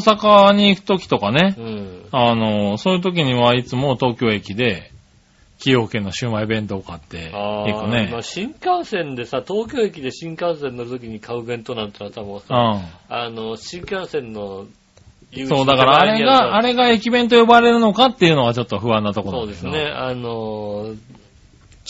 阪に行くときとかね、
うん。
あのー、そういうときにはいつも東京駅で、崎陽軒のシューマイ弁当を買って
あ
行
ー
く
まあ
ね。
新幹線でさ、東京駅で新幹線乗る時に買う弁当なんてのは多分
う
さ、
ん。
あの、新幹線の入り口
そう、だからあれが、あ
れ
れが駅弁と呼ばれるのかっていうのがちょっと不安なとこ
そ
ろ
うですね、。あの、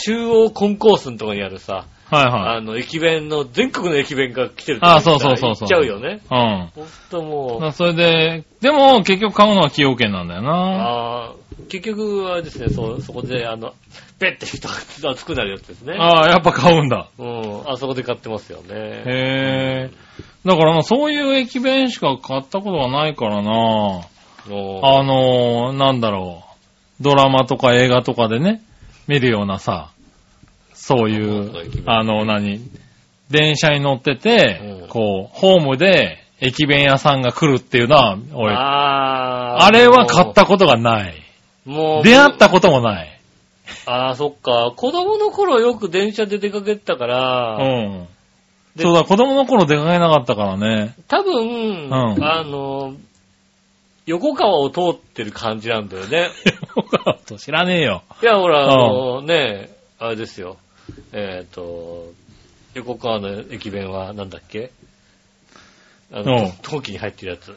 中央コンコースのとこにあるさ、
は
あの、駅弁の、全国の駅弁が来てる
あーそうそうそうそ
行
う
っちゃうよね。
いはい。う
ほ
ん。
んともう
ま、あそれで、でも結局買うのは崎陽軒なんだよな。
あー結局はですね、そうそこで、あの、ペッて人が熱くなるやつですね。
ああ、やっぱ買うんだ。
うん、あそこで買ってますよね。
へえ。だからもうそういう駅弁しか買ったことがないからな。
もう
あのー、なんだろう。ドラマとか映画とかでね、見るようなさ、そうい
ドラマとか駅
う
弁、
あの、何、電車に乗ってて、
うん
こう、ホームで駅弁屋さんが来るっていうのは、俺、あ
あー
れは買っ。たことがない。
もう、
出会ったこともない。
ああ、そっか。子供の頃よく電車で出かけてたか
う
ら、
ん。
で
そうだ、子供の頃出かけなかったか
*laughs*
らね。 *laughs*
多分、
うん
あの、横川を通ってる感じなんだよ
*laughs*
ね。
知らねえよ。
いや、ほら、あの、ね、あれですよ。えっ、と、横川の駅弁はなんだっけあ
う
の
ん、
陶器に入ってるやつ。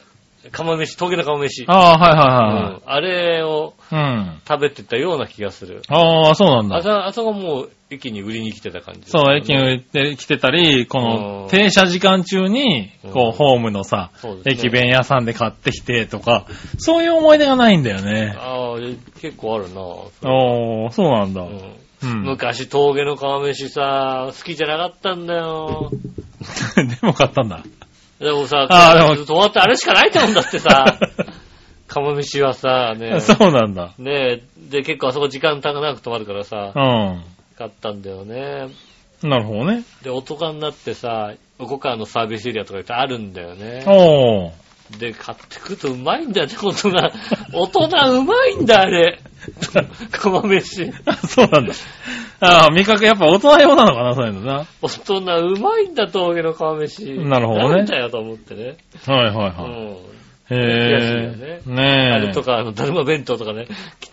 釜飯、峠の釜飯。
あ
う
あ、
んあれを
はいはいはい。うん。
食べてたような気がする。
ああ、そうなん
あ
だ。
そあそこもう駅に売りに来てた感じ、
そう、駅に売って来てたり、こ
うん
の停車時間中に、
う
こ
ん
う、ホームのさ
そう、ですね
駅弁屋さんで買ってきてとか、そういう思い出がないんだよね。
ああ、え結構あるなぁ
おー、そうなんだ。
う
うんん。
昔、峠の釜飯さ、好きじゃなかったんだよ。
*laughs* でも買ったんだ。
でもさ、
あーでも
ずっと終わってあれしかないと思うんだって
*laughs*
さ、釜飯はさ、ね
そうなんだ。
ねえ、で、結構あそこ時間長く止まるからさ
う、ん。
買ったんだよね。
なるほどね。
で、大人になってさ、横川のサービスエリアとかってあるんだよね。
おー。 *laughs*
で、買ってくるとうまいんだよね、大人。大人うまいんだ、あ
*laughs*
れ。釜飯。
あそうなんだ。ああ、味覚やっぱ大人用なのかな、そういうのな。
大人うまいんだ、峠の釜飯。
なるほどね
なんだよと思ってね。
はいはいうは
ん。
い。
悔しい
へ
よ
え。
あ
ね
れ
え。
とか、あの、だるま弁当とかね。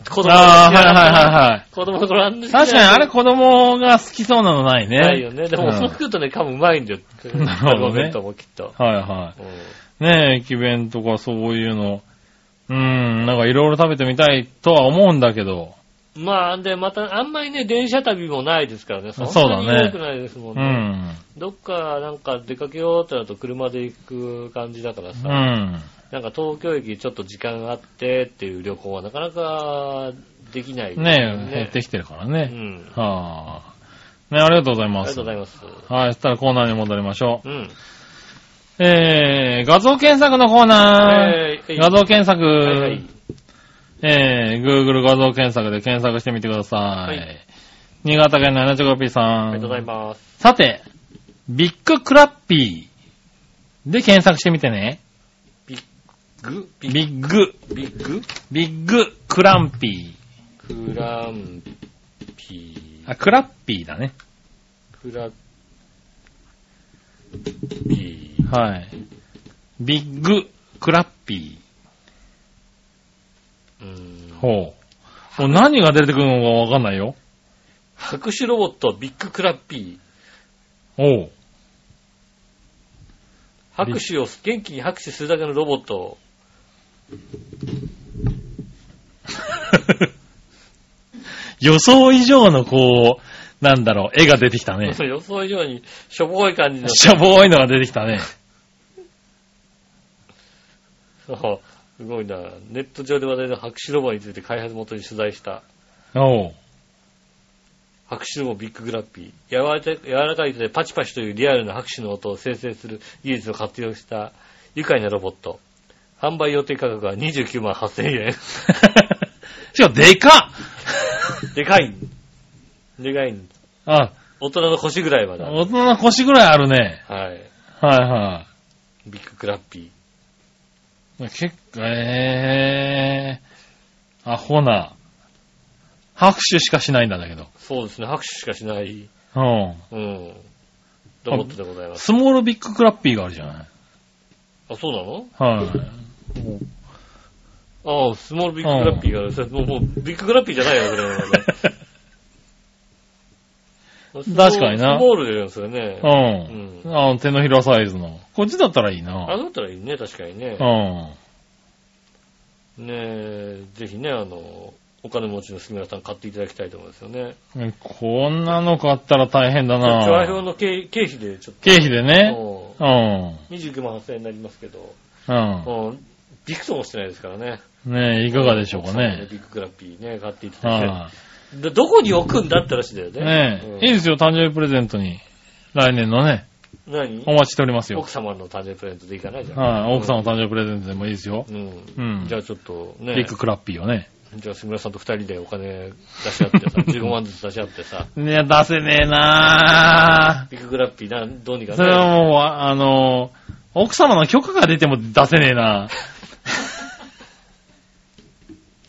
子供
あ
の頃
あ、はい
嫌いだった
はいはいはい。
子供の頃あんなに嫌い
確かにあれ子供が好きそうなのないね。
ないよね。でも、
うん
大人食うとね、噛むうまいんだよ。
なるほ
ダ
どね
ルマ弁当もきっと。
はいは
うん
い。ねえ、駅弁とかそういうの。うーん、なんかいろいろ食べてみたいとは思うんだけど。
まあ、で、また、あんまりね、電車旅もないですからね。そん
そう
な
だね
に多くないですもん
う
ね。
ん。
どっか、なんか出かけようってなると車で行く感じだから
う
さ、
ん。
なんか東京駅ちょっと時間があってっていう旅行はなかなかできないですよ
ねえ、減ってきてるから
う
ね。
ん。
はあ。ねありがとうござい
あり
ま
が
す。
とうございます。
はい、そしたらコーナーに戻りましょ
うん。
う。えー、画像検索のコーナー。
えー
画像検索。
はいはい
えー、Google 画像検索で検索してみてください。
い
新潟県の 75P さん。
ありがとうございます。
さて、ビッグクラッピーで検索してみてね。
グビ
ビッグ、
ビッグ
ビッグクランピ
クランピ
ー。あ、クラッピーだね。
ー。クラピー。
はい。ビッグクラッピ
う
ー。
ん。
ほう。もう何が出てくるのかわかんないよ。
拍手ロボットビッグクラッピー。
おう。 *laughs*
拍手を元気に拍手するだけのロボット。
予想以上のこう、なんだろう、絵が出てきたね。
予想以上にしょぼい感じの。
しょぼいのが出てきたね。
そうすごいな。ネット上で話題の拍手ロボについて開発元に取材した。
おう。 *laughs*
拍手もビッググラッピー。柔らかい、柔らかい手でパチパチというリアルな拍手の音を生成する技術を活用した愉快なロボット。販売予定価格は29万8000円。 *laughs*
しかも、でか
でかい。でかい。
っあ、
大人の腰ぐらいまである。
大人の腰ぐらいあるね。
はい。
はいはい。
ビッググラッピ
結構、えぇー。アホな。拍手しかしないんだけ
ー。。
ど
そうですね。拍手しかしない。
うん。
うん。ロボットでございます。
スモールビッグクラッピーがあるじゃない。
あ、そうなの
はい。
ああ、スモールビッググラッピーがある。それもう、もうビッググラッピーじゃないよ、それは *laughs* ね。
確かにな
スモールでるんですよね。
*laughs* うん。
う
あの手のひらサイズの。こっちだったらいい
あ、
な。
だったらいいね、確かにね
う。
ね
ん。
え、ぜひね、あの、お金持ちの杉村さん買っていただきたいと思うんですよね。
こんなの買ったら大変だな。
調和表の経経費でちょっと。
経費でね。
も
うん。
う29万8000円になりますけど、
う
もうビクともしてないですからね。
ん。ねえ、いかがでしょうか
そう
ね。
ビッググラッピーね、買っていただきた。
はい
でどこに置くんだって話だよ
い。
ね。
ねえ、いいですよ、誕生日プレゼントに。来年のね、
うん何
お待ちしておりますよ
奥。様の誕生日プレゼントでいいかないじゃん。
はい。奥さんの誕生日プレゼントでもいいですよ。
うん。
うん
じゃあちょっとね、
*laughs* ビッグクラッピーをね。
じゃあ杉村さんと二人でお金出し合ってさ、15万
*laughs*
ずつ出し合ってさ、
いや、出せねえな
ビッググラッピーなん、どうにかね。
ぁ。それはもう、ああのー、奥様の許可が出ても出せねえな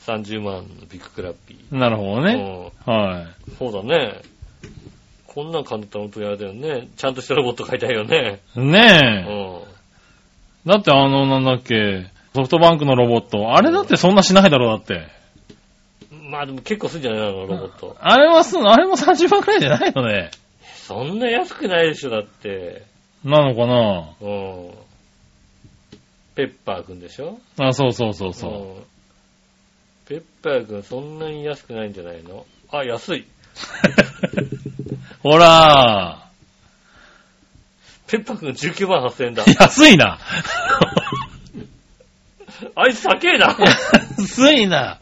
30万のビッグクラッピ
なるほど
ー。
ね。は
うんそうだね。こんなん簡単とやだよね。ちゃんとしたロボット買いたいよね。
い。
う
ね
ん。
え。だってあの、なんだっけ、ソフトバンクのロボット。あれだってそんなしないだろ、だって。
まあでも結構するんじゃないのロボット。
あれはすん、あれも30万くらいじゃないのね。
そんな安くないでしょ、だって。
なのかな
うん。ペッパーくんでしょ
あ、そうそうそうそう。
うんペッパーくんそんなに安くないんじゃないのあ、安い。
ほら
ペッパーくん19万8000円だ。 *laughs*
ー。安いな。
あいつ高え
*laughs*
な。
*laughs* 安い *laughs* な。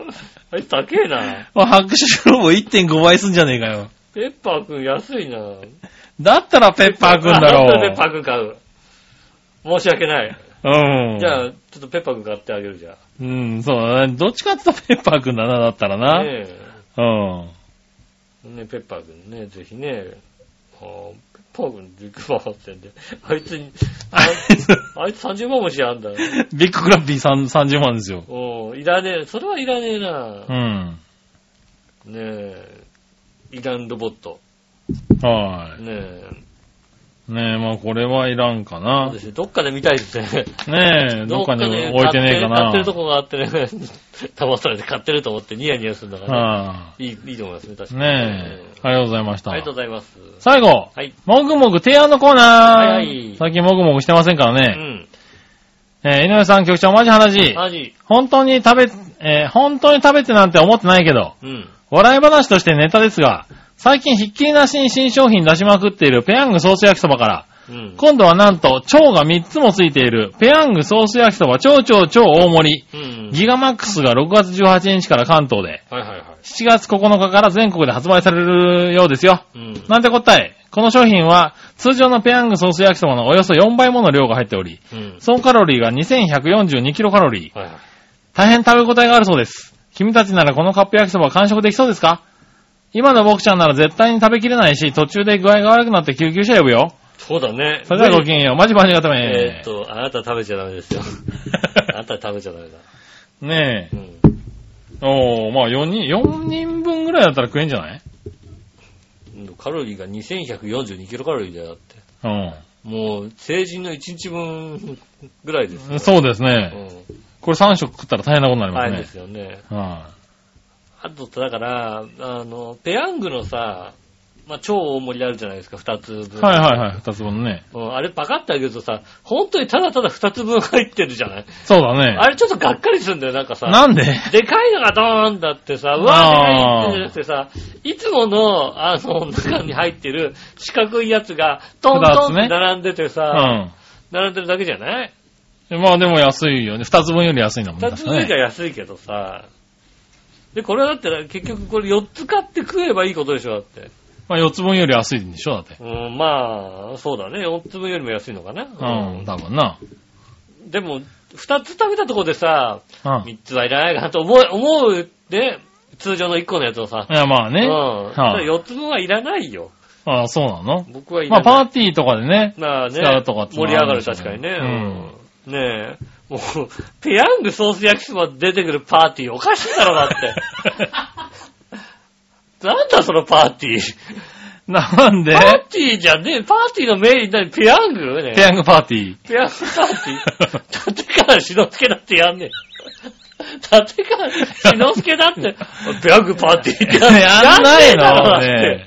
あいつ高えな。
白紙ロボ1.5倍すんじゃねえかよ。
ペッパーくん安いな。
だったらペッパーくんだ
*laughs* あペッパー
ろ
くん買う。申し訳ない。
う。うん。
じゃあ、ちょっとペッパーくん買ってあげるじゃん。
うん、そうだね。どっちかって言ったらペッパーくんだな、だったらな。
ね
うん。
え。ねペッパーくんね、ぜひね。あーペッパーくん19万8000円で。あいつに、
あいつ
あいつ30万もしあんだ。
ビッグクラッピーさん30万ですよ。
おいらねえ。それはいらねえな。
うん。
ねえ。イランロボット。
は
ねえ。
い。ねえ、まあこれはいらんか
そう
な
で。すね。どっかで見たいですね。
ねえ、 *laughs* どっかに置いてねえ
買
かな。
ってるとこがあってね、騙されて買ってると思ってニヤニヤするんだから、
はい
い、いいと思いますね、確か
い。
に。
ねえ、ありがとうございました。
ありがとうございます。
最後、
はい。
もぐもぐ提案のコーナー。
はいはい
最近もぐもぐしてませんから
う
ね。
ん。
えー井上さん、局長、マジ話。
マジ。
本当に食べ、えー本当に食べてなんて思ってないけど、
うん。
笑い話としてネタですが、最近ひっきりなしに新商品出しまくっているペヤングソース焼きそばから、
うん。
今度はなんと、蝶が3つもついている、ペヤングソース焼きそば超超超大盛り。
うん。
ギガマックスが6月18日から関東で、
はいはいは
7月9日から全国で発売されるようですよ。
い。うん。
なんて答え、この商品は通常のペヤングソース焼きそばのおよそ4倍もの量が入っており、
うん。
総カロリーが2142キロカロリー。
はいはい。
大変食べ応えがあるそうです。君たちならこのカップ焼きそば完食できそうですか今の僕ちゃんなら絶対に食べきれないし、途中で具合が悪くなって救急車呼ぶよ。
そうだね。
それではごきげんよう。マジマジがため。
えーっと、あなた食べちゃダメです
*laughs*
よ。あなた食べちゃダメだ。
ねえ
う。ん。
おー、まあ4人、4人分ぐらいだったら食えんじゃない
うんカロリーが2142キロカロリーだよ、だって。
う
もう、成人の1日分ぐらいですよ。
ん。そうです
う
ね。
ん。
これ3食食ったら大変なことになりま
大
す
変
ね
で。すよね。
は
あと、だから、あの、ペヤングのさ、まあ、超大盛りあるじゃないですか、二つ
い
分。
はいはいはい、2つ分ね。
うん、あれパカってあげるとさ、本当にただただ二つ分入ってるじゃない
そうだね。
あれちょっとがっかりするんだよ、なんかさ。
なんで
でかいのがドーンだってさ、う
あ
わ
ー
ーでかいってじゃなくてさ、いつもの、あの、中に入ってる四角いやつが、トントンって並んでて
う
さ、
ん。
並んでるだけじゃない
まあでも安いよね。2つ分より安いんだもんね。
二つ目
確か
が
ね
安いけどさ、で、これだってな結局これ四つ買って食えばいいことでしょ、だって。
まあ4つ分より安いんでしょ、だって。
うん、まあ、そうだね。4粒よりも安いのかな。
うん、多分な。
ん。でも、2つ食べたところでさ、
うん。い
3つはいらないかなと思う、思うで、通常の1個のやつをさ、
や、まあ
うん。
ね。はい
4つ分はいらないよ。
ああ、そうなの
僕はい
ま
ら
あ、
ない。
パーティーとかで
*laughs*
ね。
まあね、
使うとかって
盛
のは
り上がる、
あるでし
確
ょ
か
う
にね
ね。
うん。ねえ。もう、ペヤングソース焼きそば出てくるパーティーおかしいだろ、だ
*laughs*
って。なんだそのパーティー。
なんで
パーティーじゃねえ、パーティーのメイン、何、ペヤングね
ペヤングパーティー。
ペヤングパーティー立川しのすけだってやんねえ。立川しのすけだっ
*laughs*
て、ペヤングパーティーって
やんな
やんねえ
いの
だろだって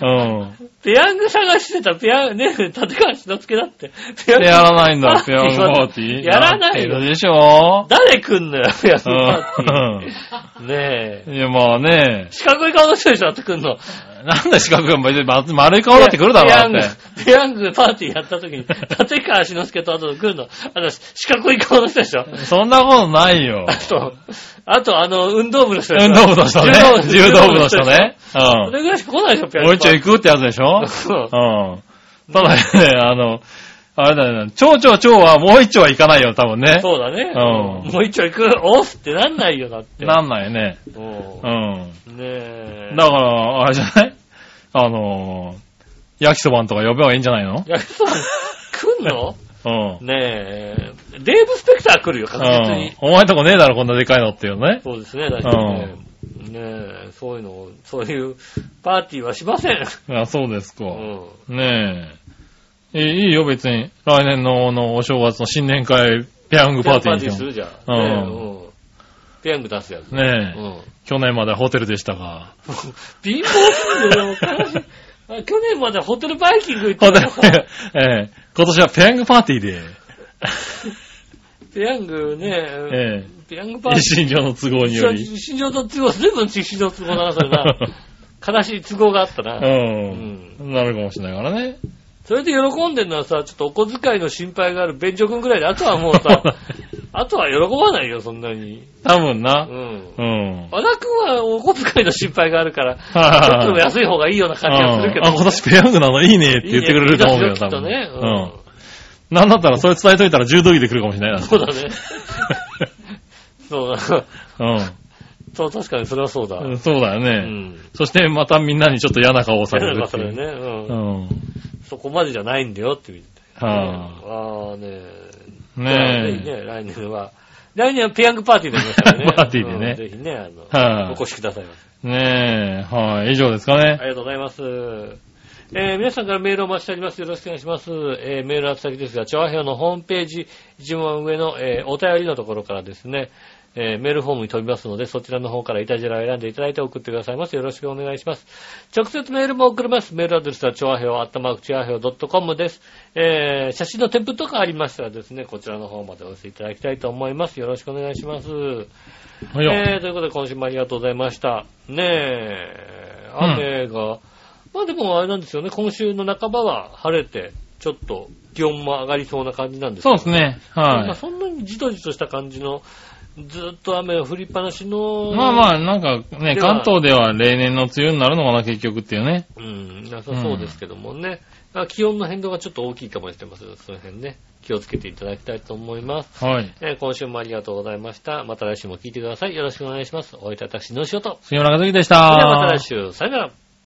うん。
ペヤング探してた、ペヤング、ねえ、立川しのすけだって。ペ
でやらないん
*laughs*
だ、ペヤングパーティー。
やらない
の
の
でしょ
誰来んのよ、ペヤング
う
パーティ
ん。
ー。ねえ。
いや、まあね。
四角い顔の人でしょ、だって来んの。
なんで四角が別にま丸い顔になってくるだろ、
ペ
だ
ヤン
っ
グ
て。、
ペヤングパーティーやった時に、立川しのすけと後で来んの。あの、四角い顔の人でしょ。
そんなことないよ
あ。と、あと、あの、運動部の人でしょ
運動部の人ね。柔道部の人ね。
*laughs* それぐらいしか来ないでしょ、ピ
う
ア
ん。
ノ。
もう一丁行くってやつでしょ
そう
うん。ただね、 *laughs* あの、あれだよな、蝶々蝶はもう一丁は行かないよ、多分ね。
そうだね。
うん
もう一丁行く。オフってなんないよ、だって。
なんないね。
も
うん。
うねえ。
だから、あれじゃないあのー、焼きそばんとか呼べばいいんじゃないの *laughs*
いや、そう、来んの *laughs*
うん。
ねえ。デーブ・スペクター来るよ、
う
確実
ん
に。
お前んとこねえだろ、こんなでかいのっていうね。
そうですね、確かにね。ねえ、そういうのを、そういうパーティーはしません。
あ、そうですか。
うん。
ねえ。いいいいよ、別に。来年の、あの、お正月の新年会、ペヤングパーティーに
す
しよ
るじゃん。
うん
ねえうん。ペヤング出すやつ。う
う。ねえ、
ん。
去年までホテルでしたが。
貧乏すぎるよ、悲しいあ *laughs* 去年までホテルバイキング行って
ホテ
た
ル
のか。、
ええ今年はペヤングパーティーで、
ペヤングね、
え
ペヤングパー
え
ティー
一身上の都合により。 *laughs*
心情と都合、随分心情の都合だな、それな。悲しい都合があった
う。
な。うんん。
なるかもしれないからね。
それで喜んでるのはさ、ちょっとお小遣いの心配がある便所くんぐらいで、あとはもうさ、あとは喜ばないよ、そんなに。
*laughs* 多分
う
な。
ん。
*laughs* うん。
和田くんはお小遣いの心配がある
*laughs*
から、ち
はいはいはい
ょっとでも安い方がいいような感じがするけど。
あ、今年ペヤングなのいいねって言ってくれると思うよ、
いいねき
多
っと
分。
ね。う
うん
ん。。
なんだったらそれ伝えといたら柔道着で来るかもしれないな。
そうだね。そうだ。そう、確かにそれはそうだ。う
う。
ん。
うんん。そうだよ
う
ね。
ん。
そしてまたみんなにちょっと嫌な顔を
そ
され
れ
る
は
って
そ
いう
れ。ね。う。
うんん。
そこまでじゃないんだよっていう。
は
ああね
あ。
え。ぜ
ね
ひ
え。
ね、来年は。来年はペヤングパーティーでありますからね。
*laughs* パーティーでね
うんぜひね、あの、
はい
お越しくださいませ。
ねえ。はい。以上ですかね
あ。りがとうございます。えー皆さんからメールをお待ちしております。よろしくお願いします。えーメールの宛先ですが、調和表のホームページ、一番上の、えーお便りのところからですね、えーメールフォームに飛びますので、そちらの方からイタジェラを選んでいただいて送ってくださいます。よろしくお願いします。直接メールも送れます。メールアドレスは、調和表、あったまくちわひ .com です。えー写真の添付とかありましたらですね、こちらの方までお寄せいただきたいと思います。よろしくお願いします。
はいよ。
えー、ということで今週もありがとうございました。ねえ、雨が、まあでもあれなんですよね、今週の半ばは晴れて、ちょっと気温も上がりそうな感じなんですけ
そう
ど
ですね。
まあ
は
そんなにじとじとした感じの、ずっと雨が降りっぱなし
い。
の、
まあまあ、なんかね、
では
関東では例年の梅雨になるのかな、結局っていうね。
うん、なさそうですけどもね、まあ気温の変動がちょっと大きいかもしれません。その辺ね、気をつけていただきたいと思います。
はい。
えー今週もありがとうございました。また来週も聞いてください。よろしくお願いします。おいた私の仕事。
杉村和樹でし
それ
た。
ではまた来週、さよなら。